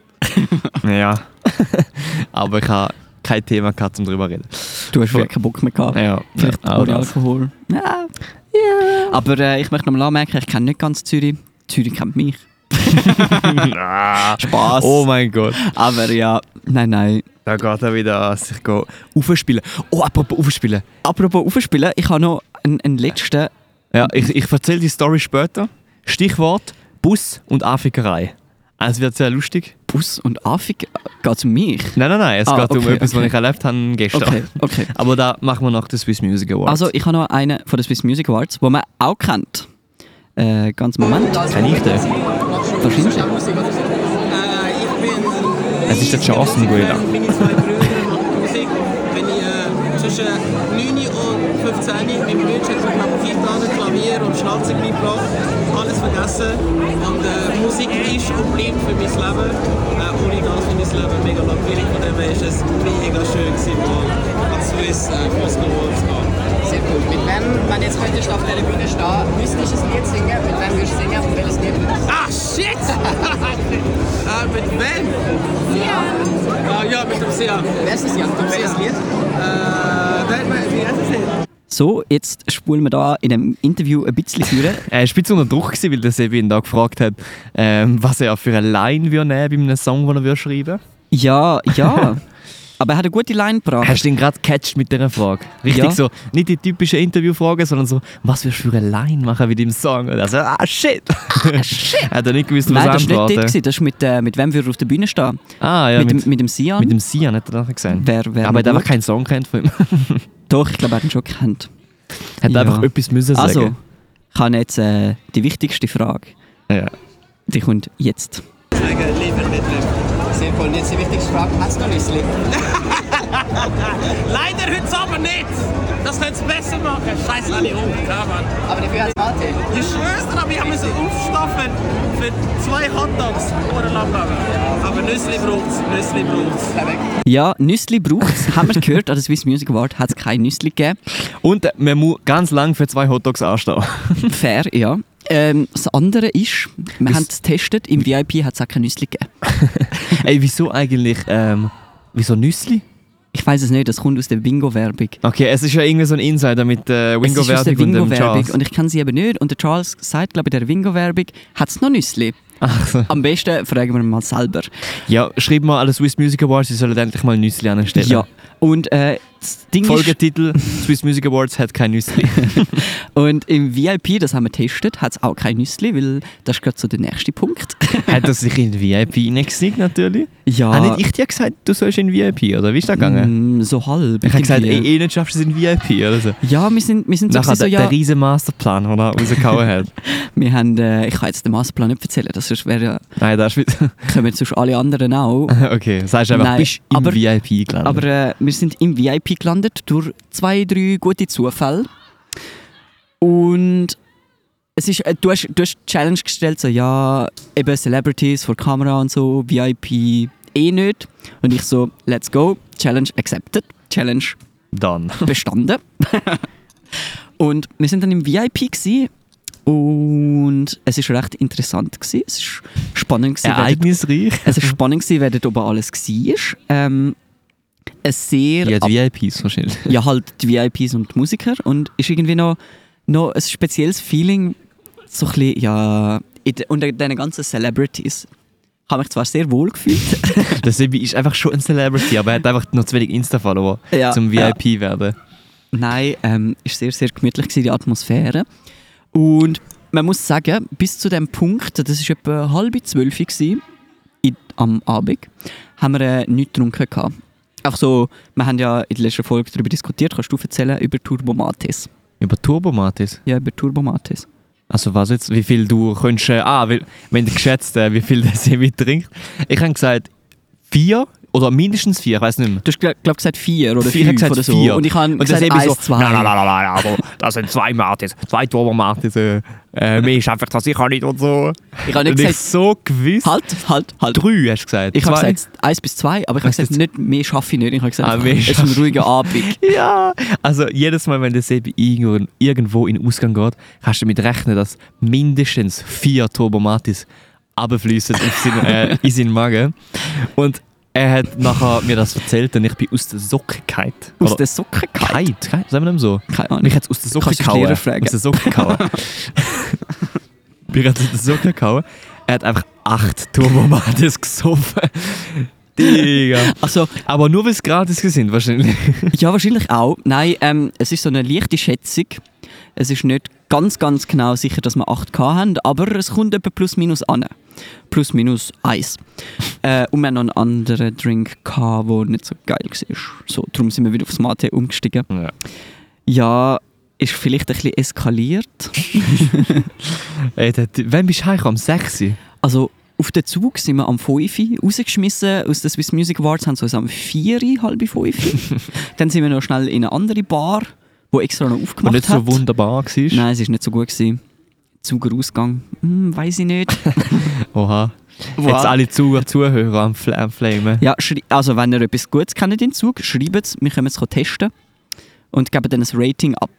Speaker 2: Ja. Aber ich habe kein Thema gehabt, um drüber zu reden.
Speaker 1: Du hast vielleicht keinen Bock mehr gehabt.
Speaker 2: Ja,
Speaker 1: Vielleicht
Speaker 2: auch
Speaker 1: ohne
Speaker 2: das.
Speaker 1: Alkohol. Ja. Aber äh, ich möchte noch mal anmerken, ich kenne nicht ganz Zürich. Zürich kennt mich. Spaß.
Speaker 2: Oh mein Gott.
Speaker 1: Aber ja, Nein, nein.
Speaker 2: Da geht er wieder an sich go- aufspielen. Oh, apropos aufspielen.
Speaker 1: Apropos aufspielen, ich habe noch einen, einen letzten.
Speaker 2: Ja, ich, ich erzähle die Story später. Stichwort Bus und Anfickerei. Es wird sehr lustig.
Speaker 1: Bus und Afik geht um mich.
Speaker 2: Nein, nein, nein, es
Speaker 1: Ah,
Speaker 2: geht um
Speaker 1: okay,
Speaker 2: etwas,
Speaker 1: okay.
Speaker 2: was ich erlebt habe gestern.
Speaker 1: Okay, okay.
Speaker 2: Aber da machen wir nach den Swiss Music Awards.
Speaker 1: Also, ich habe noch einen von den Swiss Music Awards, den man auch kennt. Äh, ganz Moment.
Speaker 2: Kenne ich den?
Speaker 1: Wahrscheinlich.
Speaker 2: Es ist der Chancen, Guida.
Speaker 7: meine zwei Brüder machen Musik. Wenn ich äh, zwischen 9 und 15 meine Wünsche hätte, ich habe Gitarre, Klavier und Schlagzeug mitgebracht. Alles vergessen. Und äh, Musik ist und bleibt für mein Leben. Äh, ohne das wäre mein Leben mega langweilig. Von dem her ist es mega schön, gewesen, mal an Swiss äh, Music Awards zu gehen.
Speaker 8: Sehr gut. Mit wem, wenn jetzt könntest du auf der Bühne stehen, müsstest du ein Lied singen, mit wem würdest du singen und welches Lied würdest du
Speaker 7: Ah, shit! äh, mit wem? Ja. ja, mit dem Sia.
Speaker 8: Welches Lied? Welches Lied?
Speaker 7: Äh, nein, wie heißt es denn?
Speaker 1: So, jetzt spulen wir da in dem Interview ein bisschen führen.
Speaker 2: Er war ein bisschen unter Druck, gewesen, weil der Sebi ihn da gefragt hat, ähm, was er für eine Line würde nehmen bei einem Song, den er würde schreiben würde.
Speaker 1: ja, ja. Aber er hat eine gute Line gebracht.
Speaker 2: Hast du ihn gerade gecatcht mit dieser Frage? Richtig
Speaker 1: Ja.
Speaker 2: so, nicht die typischen Interviewfragen, sondern so, was würdest du für eine Line machen mit dem Song? Und er so, ah shit! shit! hat er nicht gewusst, was
Speaker 1: Nein, das war
Speaker 2: antworten.
Speaker 1: nicht der. Das ist mit, äh, mit wem wir auf der Bühne stehen.
Speaker 2: Ah ja,
Speaker 1: mit,
Speaker 2: mit,
Speaker 1: dem- mit dem Sian.
Speaker 2: mit dem Sian hat er nachher gesehen.
Speaker 1: Wer- wer
Speaker 2: Aber er hat
Speaker 1: noch
Speaker 2: einfach
Speaker 1: gut?
Speaker 2: keinen Song kennt von ihm.
Speaker 1: Doch, ich glaube, er hat ihn schon kennt.
Speaker 2: hat
Speaker 1: Ja.
Speaker 2: einfach etwas müssen sagen.
Speaker 1: Also, ich habe jetzt äh, die wichtigste Frage.
Speaker 2: Ja.
Speaker 1: Die kommt jetzt.
Speaker 7: Deswegen lieber nicht mehr.
Speaker 8: Sehr cool. Und Jetzt die wichtigste Frage, hast du noch ein Lied?
Speaker 7: Leider heute aber nicht. Das könnt's besser machen. Scheiße, alle um. Ja, Mann.
Speaker 8: Aber dafür hast du Martin.
Speaker 7: Ich schwör's dir, aber ich habe müssen aufstaffen für zwei Hotdogs. Ohne Landgang. Aber Nüssli braucht's. Nüssli braucht's.
Speaker 1: Ja, Nüssli braucht es. haben wir gehört, an der Swiss Music Award hat es kein Nüssli gegeben.
Speaker 2: Und äh, man muss ganz lang für zwei Hotdogs anstehen.
Speaker 1: Fair, ja. Ähm, das andere ist, wir haben es getestet, im VIP hat es auch kein Nüssli gegeben.
Speaker 2: Ey, wieso eigentlich, ähm, wieso Nüssli?
Speaker 1: Ich weiß es nicht, das kommt aus der Bingo-Werbung.
Speaker 2: Okay, es ist ja irgendwie so ein Insider mit äh,
Speaker 1: Es ist aus der
Speaker 2: Wingo-Werbung und dem Charles.
Speaker 1: Wingo-Werbung und ich kenne sie eben nicht. Und der Charles sagt, glaube ich, in der Wingo-Werbung hat es noch Nüssli.
Speaker 2: Ach so.
Speaker 1: Am besten fragen wir mal selber.
Speaker 2: Ja, schreib mal alle Swiss Music Awards, sie sollen endlich mal Nüssli anstellen.
Speaker 1: Ja. Und äh, das Ding ist,
Speaker 2: Folgetitel Swiss Music Awards hat kein Nüssli.
Speaker 1: Und im VIP, das haben wir getestet, hat es auch kein Nüssli, weil das ist gerade so der nächste Punkt.
Speaker 2: hat er sich in VIP hineingesneakt natürlich?
Speaker 1: Ja.
Speaker 2: Habe nicht ich dir gesagt, du sollst in VIP, oder wie ist das gegangen?
Speaker 1: Ah, Mm, so halb.
Speaker 2: Ich habe gesagt, ey,
Speaker 1: irgendwie.
Speaker 2: eh nicht schaffst du es in VIP, oder so.
Speaker 1: Ja, wir sind, wir sind so,
Speaker 2: Nachher
Speaker 1: gewesen, so
Speaker 2: der,
Speaker 1: ja,
Speaker 2: der riesen Masterplan, den er rausgehauen hat.
Speaker 1: wir haben, äh, ich kann jetzt den Masterplan nicht erzählen, das sonst wäre ja,
Speaker 2: Nein, das ist wieder...
Speaker 1: kommen sonst alle anderen auch.
Speaker 2: Okay, sagst einfach,
Speaker 1: Nein,
Speaker 2: bist im
Speaker 1: aber-
Speaker 2: VIP gelandet.
Speaker 1: Aber äh, wir sind im VIP gelandet durch zwei, drei gute Zufälle. Und es ist, äh, du, hast, du hast die Challenge gestellt, so ja, eben Celebrities vor Kamera und so, VIP eh nicht. Und ich so, let's go, Challenge accepted, Challenge
Speaker 2: Dann.
Speaker 1: bestanden. und wir sind dann im VIP gewesen. und es ist recht interessant gewesen. Es ist spannend gewesen. wer dort-
Speaker 2: Ereignisreich.
Speaker 1: es war Also spannend, gewesen, wer dort oben alles war. Ähm, ein sehr.
Speaker 2: Ja, die VIPs wahrscheinlich.
Speaker 1: ja, halt die VIPs und die Musiker. Und ist irgendwie noch, noch ein spezielles Feeling, so ein bisschen, ja, in de- unter diesen ganzen Celebrities. Ich habe mich zwar sehr wohl gefühlt.
Speaker 2: Der Sebi ist einfach schon ein Celebrity, aber er hat einfach noch zu wenig Insta-Follower
Speaker 1: Ja,
Speaker 2: zum
Speaker 1: ja.
Speaker 2: VIP werden.
Speaker 1: Nein, ähm, ist sehr, sehr gemütlich gewesen, die Atmosphäre. Und man muss sagen, bis zu dem Punkt, das war etwa halb zwölf gewesen, in, am Abend, haben wir äh, nichts getrunken. Gehabt. Einfach so, wir haben ja in der letzten Folge darüber diskutiert, kannst du erzählen, über Turbomates.
Speaker 2: Über Turbomatis.
Speaker 1: Ja, über Turbomates.
Speaker 2: Also was jetzt? Wie viel du könntest... Äh, ah, weil, wenn du geschätzt, äh, wie viel der Sebi trinkt. Ich habe gesagt, vier oder mindestens vier, ich weiß nicht mehr.
Speaker 1: Du hast, glaube ich, gesagt vier oder
Speaker 2: Ich
Speaker 1: vier
Speaker 2: hab
Speaker 1: fünf oder so.
Speaker 2: vier.
Speaker 1: Und ich habe
Speaker 2: der
Speaker 1: gesagt
Speaker 2: Sebi
Speaker 1: eins,
Speaker 2: so,
Speaker 1: zwei.
Speaker 2: Nein, nein, nein, nein, nein, aber das sind zwei Martis, zwei Turbomatis. Äh, äh, mehr ist einfach das sicher nicht und so.
Speaker 1: Ich habe
Speaker 2: Und
Speaker 1: nicht
Speaker 2: ich
Speaker 1: gesagt,
Speaker 2: so gewiss...
Speaker 1: halt, halt, halt.
Speaker 2: Drei hast du gesagt?
Speaker 1: Ich habe
Speaker 2: Zwei?
Speaker 1: gesagt eins bis zwei, aber ich habe
Speaker 2: Hast du
Speaker 1: gesagt, nicht, mehr schaffe ich nicht. Ich habe gesagt,
Speaker 2: Ah,
Speaker 1: einfach,
Speaker 2: mehr
Speaker 1: es ist ein
Speaker 2: schaffe ich
Speaker 1: ruhiger Abend.
Speaker 2: Ja, also jedes Mal, wenn der Sebi irgendwo, irgendwo in den Ausgang geht, kannst du damit rechnen, dass mindestens vier Turbomatis runterfliessen auf seinen, äh, in seinen Magen. Und er hat nachher mir das erzählt und ich bin aus der Socke gehauen.
Speaker 1: Aus
Speaker 2: Oder-
Speaker 1: der Socke gehauen?
Speaker 2: gehauen? Gehauen? Sagen wir dem so?
Speaker 1: Keine Ahnung.
Speaker 2: Mich hat es aus der Socke
Speaker 1: Kannst du die
Speaker 2: gehauen.
Speaker 1: Lehrer fragen?
Speaker 2: Aus der Socke gehauen. Mich hat es aus der Socke gehauen. Er hat einfach acht Turbomatis um gesoffen. Digga.
Speaker 1: Also,
Speaker 2: Aber nur, weil es gratis sind, wahrscheinlich.
Speaker 1: ja, wahrscheinlich auch. Nein, ähm, es ist so eine leichte Schätzung. Es ist nicht ganz, ganz genau sicher, dass wir 8 K haben, aber es kommt etwa plus minus an. Plus minus 1. Äh, und wir haben noch einen anderen Drink, gehabt, der nicht so geil war. So, darum sind wir wieder aufs Mate umgestiegen.
Speaker 2: Ja.
Speaker 1: Ja, ist vielleicht ein bisschen eskaliert.
Speaker 2: Ey, der, wann bist du heimgekommen? Um Am 6. Uhr?
Speaker 1: Also auf den Zug sind wir am 5 Uhr rausgeschmissen. Aus den Swiss Music Awards haben sie uns am 4 Uhr, halb 5 Uhr. Dann sind wir noch schnell in eine andere Bar, die extra noch
Speaker 2: Und
Speaker 1: aufgemacht
Speaker 2: nicht
Speaker 1: hat.
Speaker 2: so wunderbar war.
Speaker 1: Nein, es war nicht so gut. Gewesen. Zuger Ausgang, hm, weiß ich nicht.
Speaker 2: Oha.
Speaker 1: Wow.
Speaker 2: Jetzt alle Zu Zuhörer am, Fl am Flamen.
Speaker 1: ja, schrei- also wenn ihr etwas Gutes kennt in Zug, schreibt es, wir können es testen und geben dann ein Rating ab.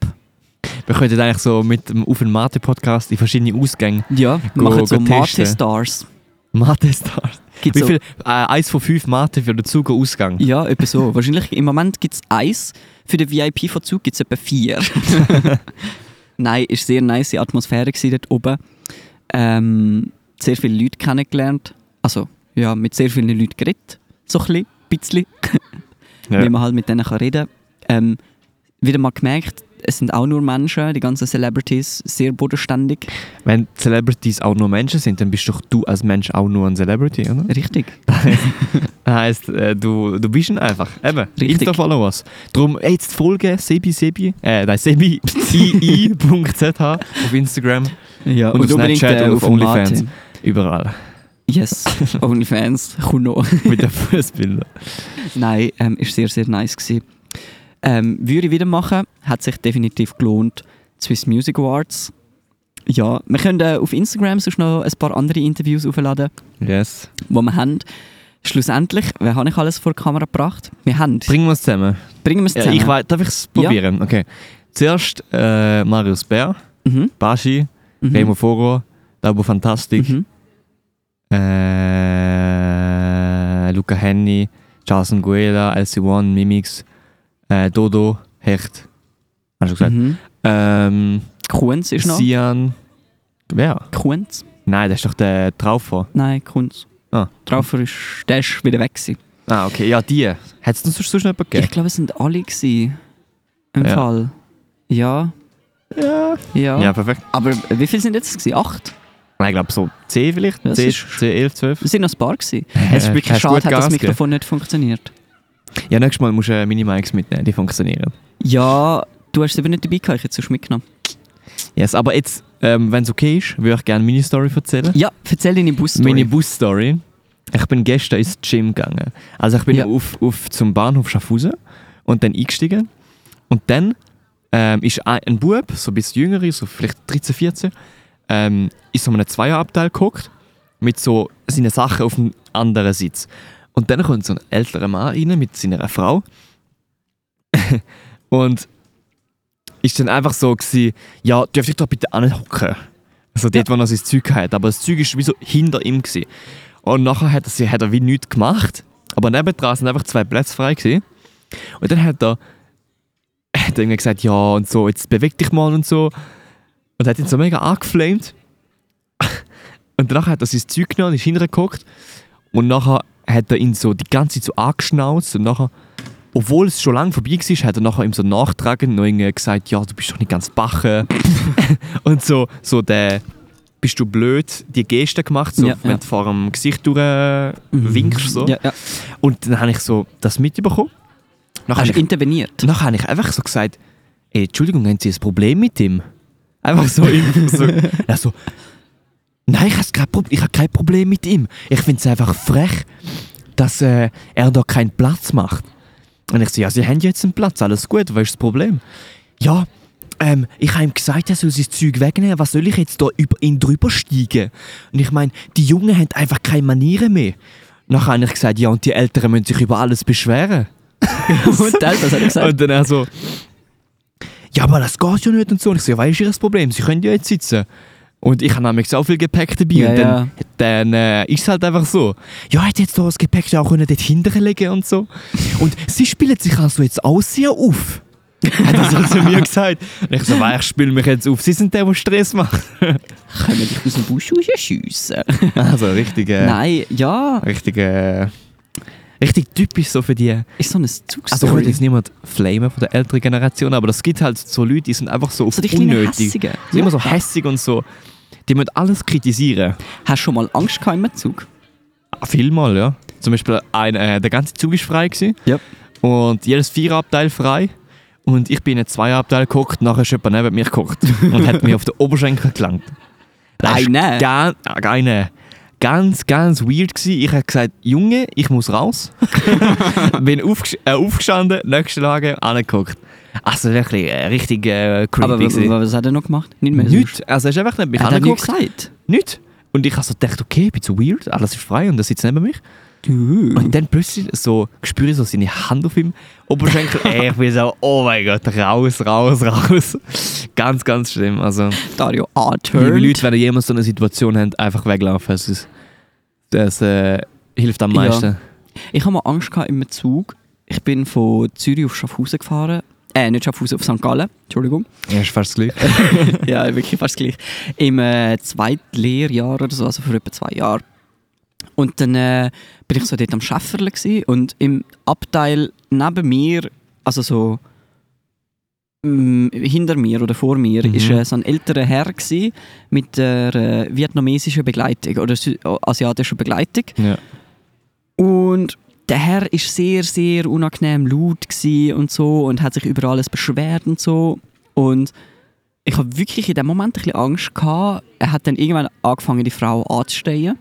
Speaker 2: Wir könnten eigentlich so mit dem Auf den Mate Podcast in verschiedene Ausgänge.
Speaker 1: Ja, wir
Speaker 2: Go-
Speaker 1: machen so
Speaker 2: go testen.
Speaker 1: Mate Stars.
Speaker 2: Mate Stars.
Speaker 1: Gibt's
Speaker 2: Wie
Speaker 1: so-
Speaker 2: viel? Äh, eins von fünf Mate für den Zuger Ausgang.
Speaker 1: Ja, etwa so. Wahrscheinlich im Moment gibt es eins, für den VIP-Verzug gibt es etwa vier. Nein, es war sehr nice die Atmosphäre gewesen dort oben. Ähm, sehr viele Leute kennengelernt. Also, ja, mit sehr vielen Leuten geredet. So ein bisschen, bisschen.
Speaker 2: Ja.
Speaker 1: Wie man halt mit denen kann reden kann. Ähm, wieder mal gemerkt, es sind auch nur Menschen, die ganzen Celebrities, sehr bodenständig.
Speaker 2: Wenn Celebrities auch nur Menschen sind, dann bist doch du als Mensch auch nur ein Celebrity, oder?
Speaker 1: Richtig.
Speaker 2: Das heisst, äh, du, du bist ihn einfach. Eben,
Speaker 1: Richtig.
Speaker 2: Insta-Followers. Darum äh, jetzt folgen, sebi, sebi, äh, nein, sebi, ii.zh auf Instagram
Speaker 1: Ja, äh,
Speaker 2: und, auf Snapchat und auf OnlyFans. Überall.
Speaker 1: Yes, OnlyFans, komm noch.
Speaker 2: Mit den Fußbildern.
Speaker 1: Nein, ähm, ist sehr, sehr nice gewesen. Ähm, würde ich wieder machen, hat sich definitiv gelohnt. Die Swiss Music Awards. Ja, wir können äh, auf Instagram sonst noch ein paar andere Interviews aufladen,
Speaker 2: Yes.
Speaker 1: die wir haben. Schlussendlich, wer habe ich alles vor die Kamera gebracht? Wir haben.
Speaker 2: Bringen wir es zusammen.
Speaker 1: bringen wir es
Speaker 2: Ja,
Speaker 1: zusammen.
Speaker 2: ich weiß, darf ich es probieren? Okay. Zuerst äh, Marius Bär,
Speaker 1: Mhm.
Speaker 2: Baschi,
Speaker 1: Mhm.
Speaker 2: Remo Foro, Dabo Fantastic,
Speaker 1: Mhm.
Speaker 2: äh, Luca Henny, Charles Nguela, LC1, Mimix, äh, Dodo, Hecht. Hast du gesagt?
Speaker 1: Mhm.
Speaker 2: Ähm,
Speaker 1: Kunz ist noch.
Speaker 2: Sian. Wer?
Speaker 1: Kunz?
Speaker 2: Nein, das ist doch der Traufer.
Speaker 1: Nein, Kunz.
Speaker 2: Ah.
Speaker 1: Traufer ist, der ist wieder weg gewesen.
Speaker 2: Ah, okay. Ja, die. Hättest du sonst sonst noch jemanden
Speaker 1: Ich
Speaker 2: gegeben?
Speaker 1: glaube, es sind alle gewesen. Im
Speaker 2: Ja.
Speaker 1: Fall. Ja. Ja.
Speaker 2: Ja, perfekt.
Speaker 1: Aber wie viele sind jetzt gewesen? Acht?
Speaker 2: Nein, ich glaube so 10 vielleicht.
Speaker 1: Das
Speaker 2: 10,
Speaker 1: ist-
Speaker 2: 10, 11, 12.
Speaker 1: Es sind noch ein paar. Gewesen. Es ist wirklich
Speaker 2: hast
Speaker 1: schade,
Speaker 2: gut
Speaker 1: hat das
Speaker 2: Gas
Speaker 1: Mikrofon nicht funktioniert.
Speaker 2: Ja, nächstes Mal musst du äh, Minimics mitnehmen, die funktionieren.
Speaker 1: Ja, du hast es eben nicht dabei gehabt, ich hätte es sonst mitgenommen.
Speaker 2: Yes, aber jetzt, ähm, wenn es okay ist, würde ich gerne meine Story erzählen.
Speaker 1: Ja, erzähl deine Bus-Story.
Speaker 2: Meine Bus-Story. Ich bin gestern ins Gym gegangen. Also ich bin
Speaker 1: Ja.
Speaker 2: auf, auf zum Bahnhof Schaffhausen und dann eingestiegen. Und dann ähm, ist ein, ein Bub, so ein bisschen jünger, so vielleicht 13, 14, ähm, in so einem Zweierabteil gehockt mit so seinen Sachen auf dem anderen Sitz. Und dann kommt so ein älterer Mann rein mit seiner Frau und ist dann einfach so gewesen, ja, dürfte ich doch bitte anhocken. Also dort, wo er sein Zeug hat. Aber das Zeug ist wie so hinter ihm. Gewesen. Und nachher hat er, sie- hat er wie nichts gemacht. Aber nebendran sind einfach zwei Plätze frei. Gewesen. Und dann hat er, hat er irgendwie gesagt, ja und so, jetzt beweg dich mal und so. Und hat ihn so mega angeflamed. Und danach hat er sein Zeug genommen und ist hintergeguckt. Und nachher hat er ihn so die ganze Zeit so angeschnauzt. Und nachher, obwohl es schon lange vorbei war, hat er nachher ihm so nachtragend noch irgendwie gesagt, ja, du bist doch nicht ganz bache. und so, so der, bist du blöd, die Geste gemacht, so,
Speaker 1: Ja,
Speaker 2: wenn
Speaker 1: ja.
Speaker 2: du vor dem Gesicht durch äh, winkst. So.
Speaker 1: Mhm. Ja, ja.
Speaker 2: Und dann habe ich so das mitbekommen. Nachher
Speaker 1: Hast
Speaker 2: habe
Speaker 1: du
Speaker 2: ich,
Speaker 1: interveniert?
Speaker 2: nachher habe ich einfach so gesagt, «Ey, Entschuldigung, haben Sie ein Problem mit ihm? Einfach so. ihm- so, er so Nein, ich habe kein, Prob- ich habe kein Problem mit ihm. Ich finde es einfach frech, dass äh, er da keinen Platz macht. Und ich so, ja, Sie haben jetzt einen Platz, alles gut, was ist das Problem? Ja, ähm, ich habe ihm gesagt, er soll sein Zeug wegnehmen, was soll ich jetzt da über ihn drüber steigen? Und ich meine, die Jungen haben einfach keine Manieren mehr. Nachher habe ich gesagt, ja, und die Älteren müssen sich über alles beschweren.
Speaker 1: Und dann, was hat er gesagt?
Speaker 2: Und dann er so, ja, aber das geht ja nicht und so. Und ich so, ja, was ist ihr Problem? Sie können ja jetzt sitzen. Und ich habe nämlich so viel Gepäck dabei.
Speaker 1: Ja,
Speaker 2: und dann,
Speaker 1: ja.
Speaker 2: dann äh, ist es halt einfach so. Ja, hätte jetzt doch das Gepäck ja auch können dort hinten legen und so. Und sie spielen sich also jetzt auch sehr auf. Hat er so zu mir gesagt. Und ich so, weil ich spiele mich jetzt auf. Sie sind der, der Stress macht.
Speaker 1: Können wir dich aus dem Busch rausschiessen?
Speaker 2: Also, richtige,
Speaker 1: Nein, ja.
Speaker 2: richtige äh, Richtig typisch so für die.
Speaker 1: Ist so eine
Speaker 2: Also ich will
Speaker 1: Zugstory.
Speaker 2: jetzt niemand flamen von der älteren Generation, aber das gibt halt so Leute, die sind einfach so,
Speaker 1: So die kleinen
Speaker 2: unnötig. Die
Speaker 1: Hässigen.
Speaker 2: sind immer so hässig und so. Die müssen alles kritisieren.
Speaker 1: Hast du schon mal Angst gehabt im Zug?
Speaker 2: Ah, Vielmal, ja. Zum Beispiel ein, äh, der ganze Zug ist frei gewesen.
Speaker 1: Yep.
Speaker 2: und jedes Viererabteil frei. Und ich bin in ein Zweierabteil geguckt, nachher ist jemand neben mir geguckt und hat mir auf den Oberschenkel gelangt. Das ist
Speaker 1: Nein, nein.
Speaker 2: Ganz, ah, nein, nein. ganz, ganz weird gewesen. Ich habe gesagt, Junge, ich muss raus. bin aufges äh, aufgestanden, nächste Lage, angeguckt. Also wirklich äh, richtig äh, creepy
Speaker 1: Aber was,
Speaker 2: gewesen.
Speaker 1: was hat er noch gemacht? Nicht mehr.
Speaker 2: Nicht, also er ist einfach nicht mich
Speaker 1: Hat er nichts
Speaker 2: angeguckt.
Speaker 1: gesagt?
Speaker 2: Nicht. Und ich habe so gedacht, okay, ich bin so weird, alles ist frei und er sitzt neben mich. Und dann plötzlich so spüre ich so seine Hand auf ihm Oberschenkel. Ey, ich bin so, oh mein Gott, raus, raus, raus. Ganz, ganz schlimm. Also,
Speaker 1: Dario ah,
Speaker 2: liebe
Speaker 1: A-Turn.
Speaker 2: Leute, wenn ihr jemals so eine Situation habt, einfach weglaufen. Das, ist, das äh, hilft am
Speaker 1: Ja.
Speaker 2: meisten.
Speaker 1: Ich habe mal Angst gehabt im Zug. Ich bin von Zürich auf Schaffhausen gefahren. Äh, nicht Schaffhausen, auf St. Gallen. Entschuldigung.
Speaker 2: Ja, ist fast gleich.
Speaker 1: ja, wirklich fast gleich. Im äh, zweiten Lehrjahr oder so, also vor etwa zwei Jahren. Und dann äh, bin ich so dort am Schäferle gsi und im Abteil neben mir, also so mm, hinter mir oder vor mir,
Speaker 2: Mhm.
Speaker 1: ist äh, so ein älterer Herr gsi mit der äh, vietnamesischen Begleitung oder sü- asiatischen Begleitung.
Speaker 2: Ja.
Speaker 1: Und der Herr ist sehr, sehr unangenehm laut gsi und so und hat sich über alles beschwert und so. Und ich habe wirklich in dem Moment ein bisschen Angst gehabt. Er hat dann irgendwann angefangen, die Frau anzustehen.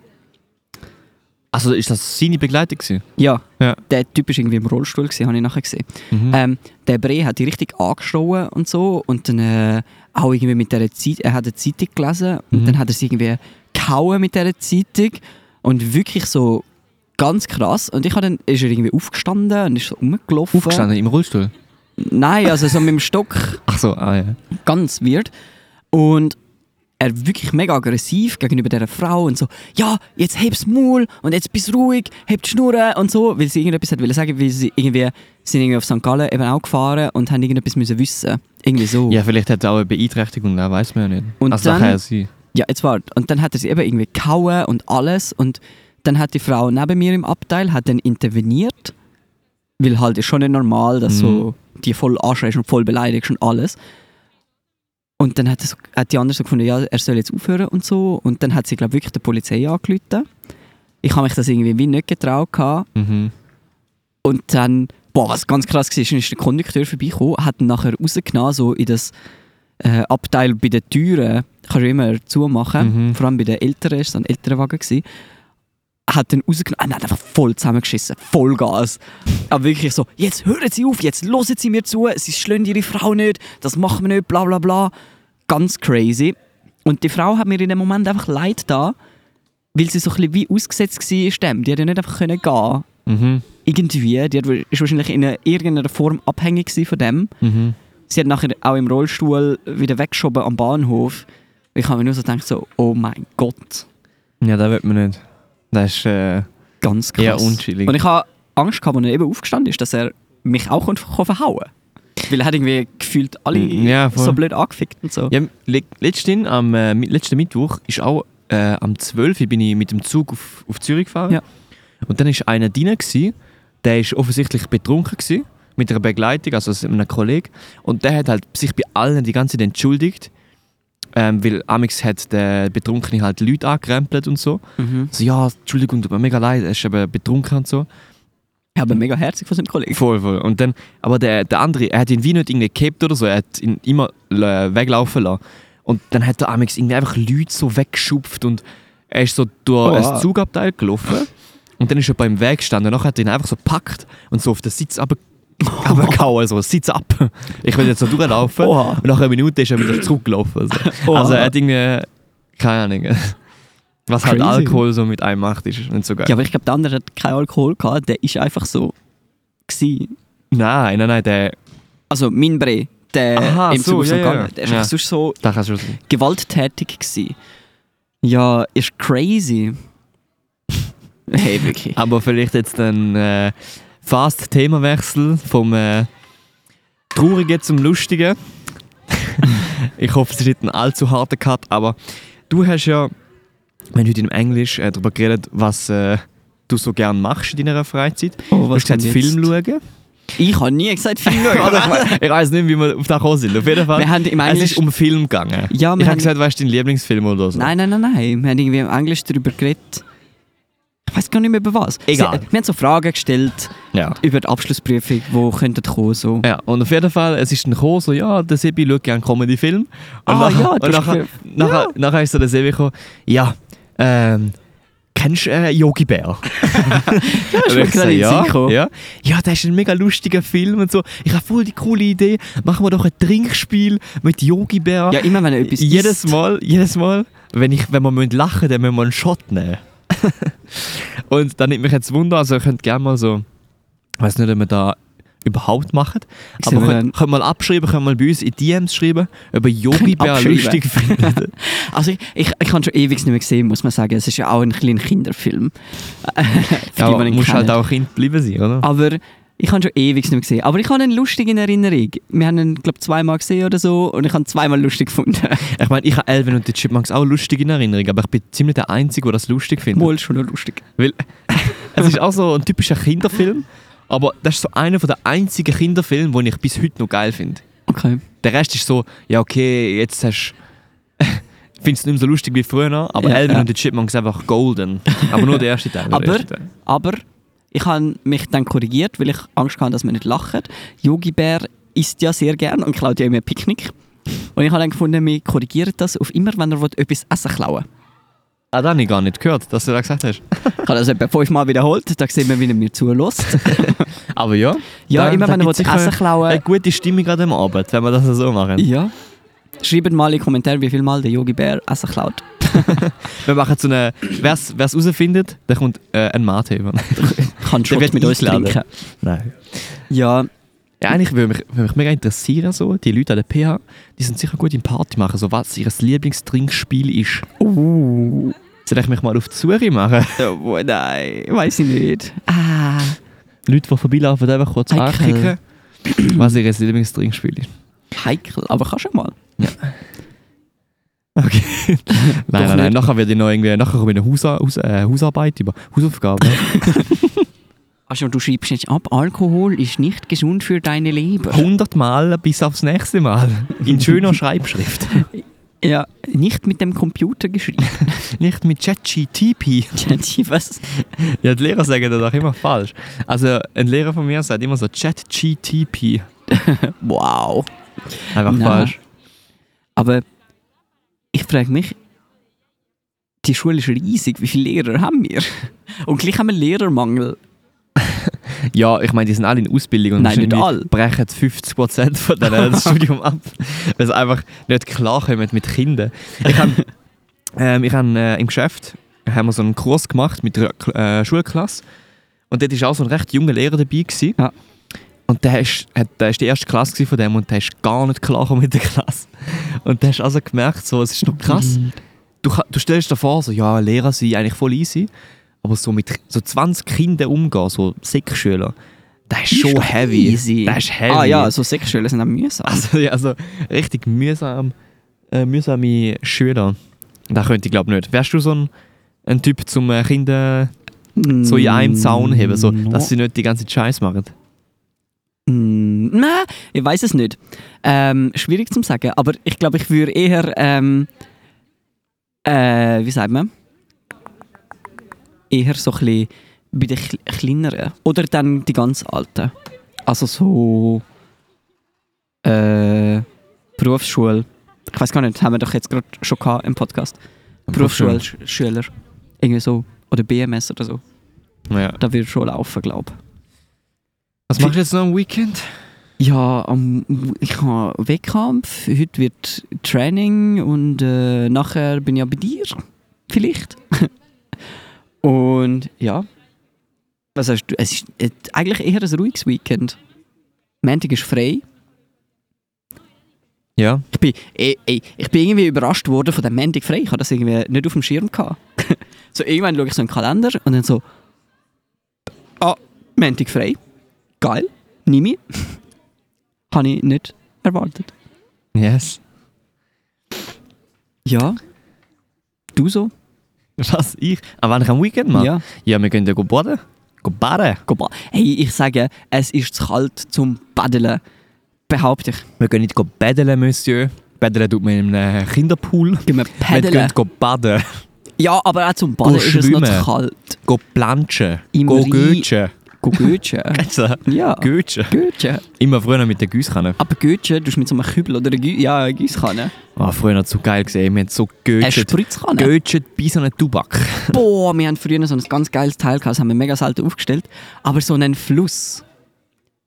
Speaker 2: Also ist das seine Begleitung gewesen?
Speaker 1: Ja,
Speaker 2: Ja.
Speaker 1: der Typ ist irgendwie im Rollstuhl gewesen, habe ich nachher gesehen.
Speaker 2: Mhm.
Speaker 1: Ähm, der Bre hat die richtig angeschrien und so und dann äh, auch irgendwie mit der Zeit, er hat eine Zeitung gelesen und
Speaker 2: Mhm.
Speaker 1: dann hat er sie irgendwie gehauen mit der Zeitung und wirklich so ganz krass und ich habe dann ist er irgendwie aufgestanden und ist so rumgelaufen.
Speaker 2: Aufgestanden im Rollstuhl?
Speaker 1: Nein, also so mit dem Stock
Speaker 2: Ach so, ah ja.
Speaker 1: ganz weird. Und er wirklich mega aggressiv gegenüber dieser Frau und so, ja, jetzt heb's Maul und jetzt bist ruhig, heb die Schnurre und so, weil sie irgendetwas hat wollen sagen, weil sie irgendwie, sind irgendwie auf St. Gallen eben auch gefahren und haben irgendetwas müssen wissen. Irgendwie so.
Speaker 2: Ja, vielleicht hat er auch eine Beeinträchtigung, da weiß man ja nicht.
Speaker 1: Und
Speaker 2: also
Speaker 1: dann-
Speaker 2: nachher sie.
Speaker 1: Ja, jetzt wart. Und dann hat er sie eben irgendwie gehauen und alles. Und dann hat die Frau neben mir im Abteil hat dann interveniert. Weil halt ist schon nicht normal, dass so die voll anschreist und voll beleidigst und alles. Und dann hat, er so, hat die andere so gefunden, ja, er soll jetzt aufhören und so. Und dann hat sie, glaube ich, wirklich der Polizei angerufen. Ich habe mich das irgendwie wie nicht getraut. Gehabt.
Speaker 2: Mhm.
Speaker 1: Und dann, boah, was ganz krass war, ist der Kondukteur vorbeigekommen, hat ihn nachher rausgenommen, so in das äh, Abteil bei den Türen, kannst du immer zumachen,
Speaker 2: Mhm.
Speaker 1: vor allem bei den Älteren, ist so ein älterer Wagen gewesen, hat dann rausgenommen, ah, nein, einfach voll zusammengeschissen, Vollgas. Aber wirklich so, jetzt hören Sie auf, jetzt hören Sie mir zu, Sie schlönen Ihre Frau nicht, das machen wir nicht, bla bla bla. Ganz crazy. Und die Frau hat mir in dem Moment einfach leid da, weil sie so ein bisschen wie ausgesetzt war dem. Die hat ja nicht einfach können gehen
Speaker 2: Mhm.
Speaker 1: irgendwie, die hat, ist wahrscheinlich in einer- irgendeiner Form abhängig gewesen von dem.
Speaker 2: Mhm.
Speaker 1: Sie hat nachher auch im Rollstuhl wieder weggeschoben am Bahnhof. Ich habe mir nur so gedacht, so, oh mein Gott,
Speaker 2: Ja, das wird man nicht. Das ist. Äh,
Speaker 1: ganz krass.
Speaker 2: Ja, unchillig.
Speaker 1: Und ich habe Angst gehabt, als er eben aufgestanden ist, dass er mich auch kann- kann verhauen Weil er hat irgendwie gefühlt alle
Speaker 2: Mm, Ja, voll.
Speaker 1: so blöd angefickt und so.
Speaker 2: Ja, le- letztens, am äh, mi- letzten Mittwoch ist auch äh, am 12. Uhr bin ich mit dem Zug auf, auf Zürich gefahren.
Speaker 1: Ja.
Speaker 2: Und dann war einer drin, gewesen, der ist offensichtlich betrunken gewesen, mit einer Begleitung, also aus einem Kollegen. Und der hat halt sich bei allen die ganze Zeit entschuldigt. Ähm, weil Amix hat der Betrunkene halt Leute angekrempelt und so.
Speaker 1: Mhm.
Speaker 2: So, ja, Entschuldigung, tut mir mega leid, er ist eben betrunken und so.
Speaker 1: Ich habe mega herzig von seinem Kollegen.
Speaker 2: Voll, voll. Und dann, aber der, der andere, er hat ihn wie nicht irgendwie gehabt oder so, er hat ihn immer äh, weglaufen lassen. Und dann hat der Amix irgendwie einfach Leute so weggeschupft und er ist so durch
Speaker 1: Oh, ah.
Speaker 2: ein Zugabteil gelaufen. Und dann ist er bei ihm Weg gestanden und nachher hat er ihn einfach so gepackt und so auf den Sitz runter- runtergehauen, so Sitz ab. Ich will jetzt so durchlaufen
Speaker 1: Oha.
Speaker 2: und nach einer Minute ist er wieder zurückgelaufen. Also,
Speaker 1: Oha.
Speaker 2: also er hat irgendwie, keine Ahnung, was halt
Speaker 1: Crazy.
Speaker 2: Alkohol so mit einem macht, ist nicht so geil.
Speaker 1: Ja, aber ich glaube, der andere hat keinen Alkohol gehabt, der ist einfach so. Gewesen.
Speaker 2: Nein, nein, nein, der,
Speaker 1: Also mein Bre, der
Speaker 2: Aha,
Speaker 1: im Zug
Speaker 2: so,
Speaker 1: auf
Speaker 2: ja,
Speaker 1: St.
Speaker 2: ja,
Speaker 1: Gallen,
Speaker 2: ja.
Speaker 1: der ist einfach
Speaker 2: Ja.
Speaker 1: sonst so
Speaker 2: der kann schon sein.
Speaker 1: gewalttätig gsi. Ja, ist crazy. Ah, Hey, wirklich.
Speaker 2: Aber vielleicht jetzt ein äh, fast Themawechsel vom äh, Traurigen zum Lustigen. ich hoffe, es ist nicht ein allzu harter Cut, aber du hast ja, wenn heute im Englisch äh, darüber geredet, was äh, du so gerne machst in deiner Freizeit.
Speaker 1: Oh, was
Speaker 2: du hast gesagt,
Speaker 1: kommt
Speaker 2: Film schauen.
Speaker 1: Ich habe nie gesagt, Film schauen.
Speaker 2: Oder ich we- ich weiß nicht, wie wir auf den gekommen sind. Auf jeden Fall.
Speaker 1: Wir haben im
Speaker 2: es
Speaker 1: Englisch-
Speaker 2: ist um Film gegangen.
Speaker 1: Ja, wir
Speaker 2: ich habe
Speaker 1: haben-
Speaker 2: gesagt, weißt du, dein Lieblingsfilm oder so.
Speaker 1: Nein, nein, nein, nein. Wir haben irgendwie im Englisch darüber geredet. Ich weiß gar nicht mehr über was.
Speaker 2: Egal.
Speaker 1: Sie, wir haben so Fragen gestellt
Speaker 2: Ja.
Speaker 1: über die Abschlussprüfung, die könnten kommen so.
Speaker 2: Ja, und auf jeden Fall, es ist dann gekommen, so, ja, der Sebi schaut gerne Comedy-Film. Und
Speaker 1: Ah,
Speaker 2: nachher,
Speaker 1: ja,
Speaker 2: und
Speaker 1: das
Speaker 2: nachher,
Speaker 1: ist
Speaker 2: nachher, nachher ist so der Sebi gekommen, ja, ähm, kennst du äh, Yogi Bär? ja,
Speaker 1: ist mir gerade in den Sinn
Speaker 2: ja,
Speaker 1: gekommen.
Speaker 2: ja. ja, das ist ein mega lustiger Film und so. Ich habe voll die coole Idee, machen wir doch ein Trinkspiel mit Yogi Bär.
Speaker 1: Ja, immer wenn er etwas
Speaker 2: jedes
Speaker 1: isst.
Speaker 2: Mal, jedes Mal, wenn, ich, wenn wir müssen lachen dann müssen wir einen Shot nehmen. und dann nimmt mich jetzt Wunder, also ihr könnt gerne mal so, ich weiß nicht, ob wir da überhaupt machen,
Speaker 1: Ich
Speaker 2: aber
Speaker 1: sehe
Speaker 2: könnt,
Speaker 1: einen-
Speaker 2: könnt mal abschreiben, könnt mal bei uns in DMs schreiben, ob ihr Yogi
Speaker 1: Könnt
Speaker 2: Bär
Speaker 1: abschreiben.
Speaker 2: lustig findet.
Speaker 1: Also ich, ich, ich habe schon ewig nicht mehr gesehen, muss man sagen. Es ist ja auch ein kleiner Kinderfilm. Für
Speaker 2: ja,
Speaker 1: die, die ihn
Speaker 2: muss halt
Speaker 1: kennen. Ah.
Speaker 2: auch Kind bleiben sein, oder?
Speaker 1: Aber ich habe schon ewig nicht mehr gesehen. Aber ich habe ihn lustig in Erinnerung. Wir haben ihn, glaube zweimal gesehen oder so und ich habe ihn zweimal lustig gefunden.
Speaker 2: Ich meine, ich habe Elvin und die Chipmunks auch lustig in Erinnerung, aber ich bin ziemlich der Einzige, der das lustig findet.
Speaker 1: Mal schon noch lustig.
Speaker 2: Weil es ist auch so ein typischer Kinderfilm, aber das ist so einer der einzigen Kinderfilme, den ich bis heute noch geil finde.
Speaker 1: Okay.
Speaker 2: Der Rest ist so, ja okay, jetzt hast du... Findest du nicht mehr so lustig wie früher, aber
Speaker 1: Ja,
Speaker 2: Elvin
Speaker 1: ja.
Speaker 2: und die Chipmunks sind einfach golden. Aber nur der erste Teil. nur der
Speaker 1: Aber,
Speaker 2: erste Teil.
Speaker 1: aber ich habe mich dann korrigiert, weil ich Angst hatte, dass man nicht lacht. Yogi Bär isst ja sehr gern und klaut ja immer Picknick. Und ich habe dann gefunden, wir korrigieren das auf immer, wenn er will, etwas essen klauen
Speaker 2: Ah, das habe ich gar nicht gehört, dass du das gesagt hast.
Speaker 1: Ich habe das etwa fünfmal wiederholt, da sieht man, wie er mir zulässt.
Speaker 2: Aber ja.
Speaker 1: Ja,
Speaker 2: da-
Speaker 1: immer
Speaker 2: da
Speaker 1: wenn er
Speaker 2: gibt's
Speaker 1: will
Speaker 2: sicher
Speaker 1: Essen klauen-
Speaker 2: Eine gute Stimmung gerade am Abend, wenn wir das so machen.
Speaker 1: ja. Schreibt mal in die Kommentare, wie viel Mal der Yogi Bär Essen klaut.
Speaker 2: Wir machen so eine... Wer es herausfindet, der kommt äh, ein Mate über.
Speaker 1: Kann schon
Speaker 2: wird
Speaker 1: mit uns
Speaker 2: eingeladen.
Speaker 1: trinken.
Speaker 2: Nein.
Speaker 1: Ja,
Speaker 2: Ja, eigentlich würde mich, würde mich mega interessieren, so, die Leute an der PH, die sind sicher gut im Party machen, so was ihr Lieblingstrinkspiel ist. Uh. Soll ich mich mal auf die Suche machen?
Speaker 1: Oh, nein, weiß ich nicht. Ah.
Speaker 2: Leute, die vorbeilaufen, einfach kurz
Speaker 1: Heikel.
Speaker 2: ankicken, was ihr Lieblingstrinkspiel ist.
Speaker 1: Heikel, aber kannst schon mal.
Speaker 2: Okay. nein, nein, nein,
Speaker 1: nicht.
Speaker 2: nachher werde ich noch irgendwie, nachher komme ich eine Hausa, Haus, äh, Hausarbeit über, Hausaufgaben.
Speaker 1: Also du schreibst jetzt ab, Alkohol ist nicht gesund für deine Leber.
Speaker 2: 100 Mal bis aufs nächste Mal. In schöner Schreibschrift.
Speaker 1: Ja, nicht mit dem Computer geschrieben.
Speaker 2: Nicht mit ChatGTP.
Speaker 1: Was?
Speaker 2: Ja, die Lehrer sagen das auch immer falsch. Also, ein Lehrer von mir sagt immer so ChatGTP.
Speaker 1: Wow.
Speaker 2: Einfach
Speaker 1: Nein.
Speaker 2: falsch.
Speaker 1: Aber ich frage mich, die Schule ist riesig, wie viele Lehrer haben wir? Und gleich haben wir Lehrermangel.
Speaker 2: Ja, ich meine, die sind alle in Ausbildung und
Speaker 1: Nein, nicht
Speaker 2: wahrscheinlich
Speaker 1: alle.
Speaker 2: brechen 50% von denen das Studium ab, weil sie einfach nicht klarkommen mit Kindern. Ich habe ähm, ich hab, äh, im Geschäft haben wir so einen Kurs gemacht mit der Kl- äh, Schulklasse und dort war auch so ein recht junger Lehrer dabei. Gewesen.
Speaker 1: Ja.
Speaker 2: Und der ist, hat, der ist die erste Klasse gewesen von dem und der ist gar nicht klargekommen mit der Klasse. Und da hast du also gemerkt, so, es ist noch krass.
Speaker 1: Mhm.
Speaker 2: Du, ka- du stellst dir vor, so, ja, Lehrer sind eigentlich voll easy, aber so mit so 20 Kindern umgehen, so sechs Schüler, das ist, schon
Speaker 1: doch
Speaker 2: heavy.
Speaker 1: easy.
Speaker 2: Das ist heavy.
Speaker 1: Ah ja, so Sexuelle sind auch mühsam.
Speaker 2: Also, ja, also richtig mühsam, äh, mühsame Schüler. Da könnte ich glaube nicht. Wärst du so ein, ein Typ zum äh, Kinder so in einem Zaun heben, so, dass sie nicht die ganze Scheiß machen?
Speaker 1: Mm, Nein, ich weiß es nicht. Ähm, schwierig zu sagen, aber ich glaube, ich würde eher. Ähm, äh, wie sagt man? Eher so ein bisschen bei den Kle- Kleineren. Oder dann die ganz Alten. Also so. Äh, Berufsschule. Ich weiß gar nicht, haben wir doch jetzt gerade schon gehabt im Podcast.
Speaker 2: Berufsschule.
Speaker 1: Berufsschulschüler. Irgendwie so. Oder BMS oder so.
Speaker 2: Ja.
Speaker 1: Da wird schon laufen, glaube ich.
Speaker 2: Was machst du jetzt noch am Weekend?
Speaker 1: Ja, am, ich habe Wettkampf, heute wird Training und äh, nachher bin ich ja bei dir. Vielleicht. und ja. Was hast du? Es ist äh, eigentlich eher ein ruhiges Weekend. Montag ist frei.
Speaker 2: Ja.
Speaker 1: Ich bin, ey, ey, ich bin irgendwie überrascht worden von dem Montag frei. Ich habe das irgendwie nicht auf dem Schirm gehabt. so irgendwann schaue ich so in den Kalender und dann so. Ah, Montag frei. Geil. Nehme ich. habe ich nicht erwartet.
Speaker 2: Yes.
Speaker 1: Ja. Du so?
Speaker 2: Was? Ich? Aber wenn ich am Weekend mache?
Speaker 1: Ja.
Speaker 2: ja, wir gehen ja go baden. Go baden.
Speaker 1: Guck mal. Hey, ich sage, es ist zu kalt zum Paddeln. Behaupte ich.
Speaker 2: Wir gehen nicht go baden, Monsieur. Baden tut man in einem Kinderpool.
Speaker 1: Gehen wir
Speaker 2: Wir
Speaker 1: paddeln.
Speaker 2: gehen go baden.
Speaker 1: Ja, aber auch zum Paddeln
Speaker 2: Go
Speaker 1: ist es noch zu
Speaker 2: schwimmen.
Speaker 1: kalt.
Speaker 2: Go planschen.
Speaker 1: Im
Speaker 2: go
Speaker 1: Rhein-
Speaker 2: götschen.
Speaker 1: Go Götchen.
Speaker 2: Kennst du das?
Speaker 1: Ja.
Speaker 2: Götschen.
Speaker 1: Götchen.
Speaker 2: Immer früher mit den Gießkannen.
Speaker 1: Aber Götchen, du mit so einem Kübel oder einer Gü ja, Gießkanne.
Speaker 2: Ah, früher noch zu geil gesehen. Wir haben so
Speaker 1: Eine
Speaker 2: götschet.
Speaker 1: Spritzkanne.
Speaker 2: Götschet bei so einem Tubak.
Speaker 1: Boah, wir haben früher so ein ganz geiles Teil gehabt, das haben wir mega selten aufgestellt. Aber so einen Fluss.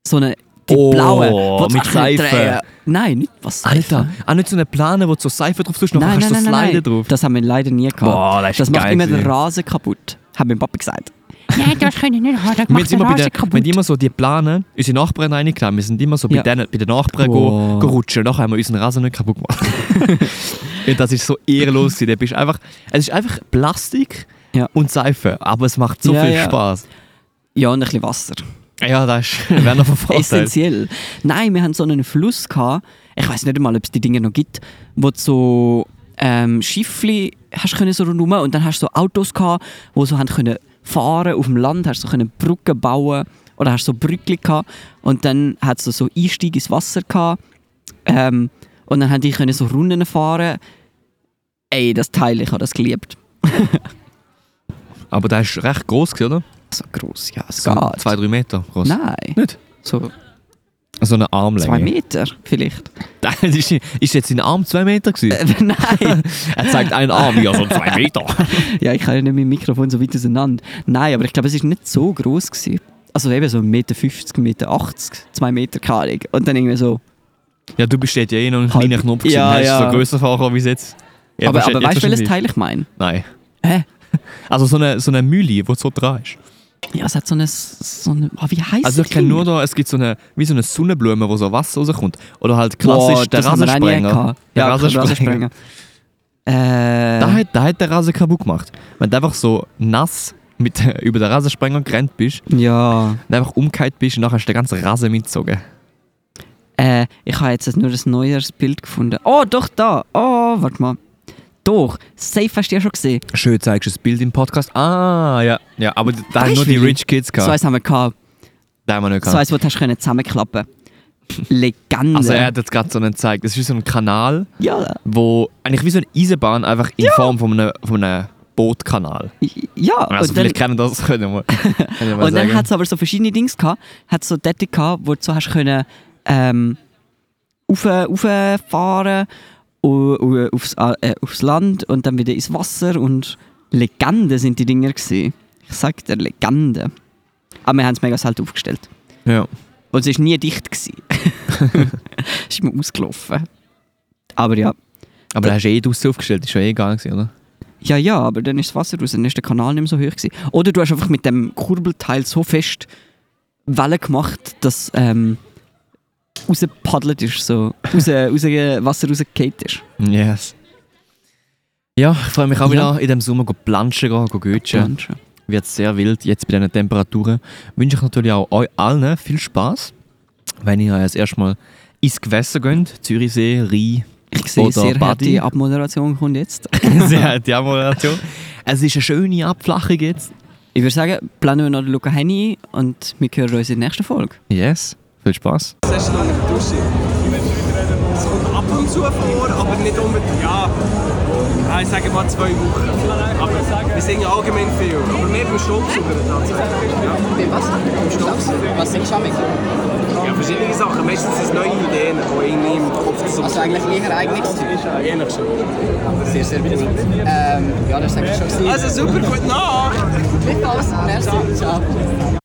Speaker 1: So eine. Die
Speaker 2: Oh,
Speaker 1: blaue. wo du
Speaker 2: mit
Speaker 1: auch drehen-
Speaker 2: Seife.
Speaker 1: Nein, nicht was Seife.
Speaker 2: Alter, auch nicht so eine Plane, wo du so Seife drauf tust, noch
Speaker 1: Nein,
Speaker 2: kannst
Speaker 1: nein,
Speaker 2: du so
Speaker 1: nein, nein,
Speaker 2: Sliden
Speaker 1: nein.
Speaker 2: drauf.
Speaker 1: Das haben wir leider nie gehabt.
Speaker 2: Boah, das ist
Speaker 1: macht
Speaker 2: geil
Speaker 1: immer den
Speaker 2: gewesen.
Speaker 1: Rasen kaputt, hat mein Papa gesagt.
Speaker 2: Wir haben immer, bei den, wir haben immer so die Plane, unsere Nachbarn reingeladen, wir sind immer so bei,
Speaker 1: Ja.
Speaker 2: denen, bei den Nachbarn
Speaker 1: Oh.
Speaker 2: go, go rutschen. Nachher haben wir unseren Rasen nicht kaputt gemacht. Und das ist so ehrenlos. gewesen. Da bist du einfach, es ist einfach Plastik
Speaker 1: Ja.
Speaker 2: und Seife, aber es macht so
Speaker 1: Ja,
Speaker 2: viel
Speaker 1: ja.
Speaker 2: Spaß.
Speaker 1: Ja, und ein bisschen Wasser.
Speaker 2: Ja, das ist wäre noch vervorteilt.
Speaker 1: Essentiell. Nein, wir haben so einen Fluss gehabt. Ich weiß nicht einmal, ob es die Dinge noch gibt, wo du so ähm, Schiffli hast können so rundum und dann hast du so Autos gehabt, wo so haben können fahren auf dem Land, hast so können Brücken bauen oder hast so Brückli gehabt und dann hat so so Einstieg ins Wasser gehabt ähm, und dann haben die können so Runden fahren. Ey, das Teil, ich habe das geliebt.
Speaker 2: Aber der ist recht groß, gewesen, oder?
Speaker 1: So groß, ja, es
Speaker 2: So
Speaker 1: geht.
Speaker 2: zwei, drei Meter groß.
Speaker 1: Nein,
Speaker 2: Nicht?
Speaker 1: so
Speaker 2: So eine Armlänge.
Speaker 1: zwei Meter vielleicht.
Speaker 2: Das ist, ist jetzt sein Arm zwei Meter gewesen?
Speaker 1: Äh, Nein.
Speaker 2: Er zeigt einen Arm, ja, so zwei Meter.
Speaker 1: Ja, ich kann ja nicht mein Mikrofon so weit auseinander. Nein, aber ich glaube, es war nicht so groß. Gewesen. Also eben so 1,50 Meter, 1,80 Meter, 2 Meter, keine Ahnung. Und dann irgendwie so.
Speaker 2: Ja, du bist dort ja eh noch ein
Speaker 1: Halt-
Speaker 2: kleiner Knopf gewesen.
Speaker 1: Ja,
Speaker 2: hast
Speaker 1: ja.
Speaker 2: so grösser vorgekommen wie es jetzt. Ja,
Speaker 1: aber
Speaker 2: wahrscheinlich-
Speaker 1: aber weißt du, welches
Speaker 2: jetzt wahrscheinlich-
Speaker 1: Teil ich meine?
Speaker 2: Nein.
Speaker 1: Hä?
Speaker 2: Also so eine, so eine Mühle, wo du so dran ist.
Speaker 1: Ja, es hat so eine. So eine oh, wie heißt
Speaker 2: Also ich kenne nur da, es gibt so eine, wie so eine Sonnenblume, wo so Wasser rauskommt. Oder halt klassisch der Rasensprenger.
Speaker 1: Ja,
Speaker 2: Der
Speaker 1: der Rasensprenger. Äh,
Speaker 2: Da hat, da hat der Rasen kaputt gemacht. Wenn du einfach so nass mit, über den Rasensprenger gerannt bist,
Speaker 1: ja.
Speaker 2: dann einfach umgekehrt bist und nachher hast du den ganzen Rasen mitgezogen.
Speaker 1: Äh, ich habe jetzt nur ein neues Bild gefunden. Oh, doch, da. Oh, warte mal. Doch, safe hast du ja schon gesehen.
Speaker 2: Schön zeigst du das Bild im Podcast. Ah, ja. Ja, aber da haben
Speaker 1: Weißt
Speaker 2: nur die
Speaker 1: du, wie-
Speaker 2: Rich Kids
Speaker 1: So
Speaker 2: gehabt.
Speaker 1: eins haben wir gehabt.
Speaker 2: Da haben wir nicht
Speaker 1: So
Speaker 2: gehabt.
Speaker 1: eins, wo du hast können zusammenklappen Legende.
Speaker 2: Also er hat jetzt gerade so einen gezeigt. Das ist so ein Kanal,
Speaker 1: ja.
Speaker 2: wo eigentlich wie so eine Eisenbahn, einfach in Form von einem, von einem Bootkanal.
Speaker 1: Ja,
Speaker 2: Also
Speaker 1: und dann,
Speaker 2: vielleicht kennen das können wir. können wir
Speaker 1: und dann
Speaker 2: sagen.
Speaker 1: hat es aber so verschiedene Dings gehabt. Hat so dort gehabt, wo du so hast können, ähm, auf, auffahren u- u- aufs, A- äh, aufs Land und dann wieder ins Wasser und Legenden sind die Dinger gewesen. Ich sag dir, Legenden. Aber wir haben es mega selten aufgestellt.
Speaker 2: ja.
Speaker 1: Und es war nie dicht. gewesen. ist immer ausgelaufen. Aber ja.
Speaker 2: Aber da hast du eh draussen aufgestellt, ist ja eh egal gewesen, oder?
Speaker 1: Ja, ja, aber dann ist das Wasser raus, dann ist der Kanal nicht mehr so hoch gewesen. Oder du hast einfach mit dem Kurbelteil so fest Wellen gemacht, dass ähm, rausgepaddelt ist, so raus, raus, Wasser rausgekehrt ist.
Speaker 2: Yes. Ja, ich freue mich auch
Speaker 1: Ja.
Speaker 2: wieder in dem Sommer go planschen gehen, go götschen.
Speaker 1: Planschen.
Speaker 2: Wird sehr wild, jetzt bei diesen Temperaturen. Wünsche ich natürlich auch euch allen viel Spaß, wenn ihr als erstmal ins Gewässer geht, Zürichsee, Rhein,
Speaker 1: Ich sehe,
Speaker 2: Oder
Speaker 1: sehr
Speaker 2: Buddy.
Speaker 1: harte Abmoderation kommt jetzt.
Speaker 2: sehr die Amulation. Es ist eine schöne Abflachung jetzt.
Speaker 1: Ich würde sagen, planen wir noch den Luca Henny und wir hören uns in der nächsten Folge.
Speaker 2: Yes, viel Spaß.
Speaker 5: Das ist noch nicht Dusche. Es kommt ab und zu vor, aber nicht unbedingt. Ja,
Speaker 3: Nein, ich sage mal zwei Wochen.
Speaker 5: aber wir singen allgemein viel. Aber mehr beim Staubsauger tatsächlich.
Speaker 8: Was? Was singst du am
Speaker 5: Ja, verschiedene Sachen. Meistens sind es neue Ideen, die irgendwie im Kopf so
Speaker 8: Also eigentlich eher eigenes Zeug.
Speaker 5: Eigentlich schon.
Speaker 8: Sehr, sehr gut. Ähm, ja, das denke ich schon. gewesen.
Speaker 5: Also super, gute Nacht!
Speaker 8: Nicht alles. Merci. Ciao.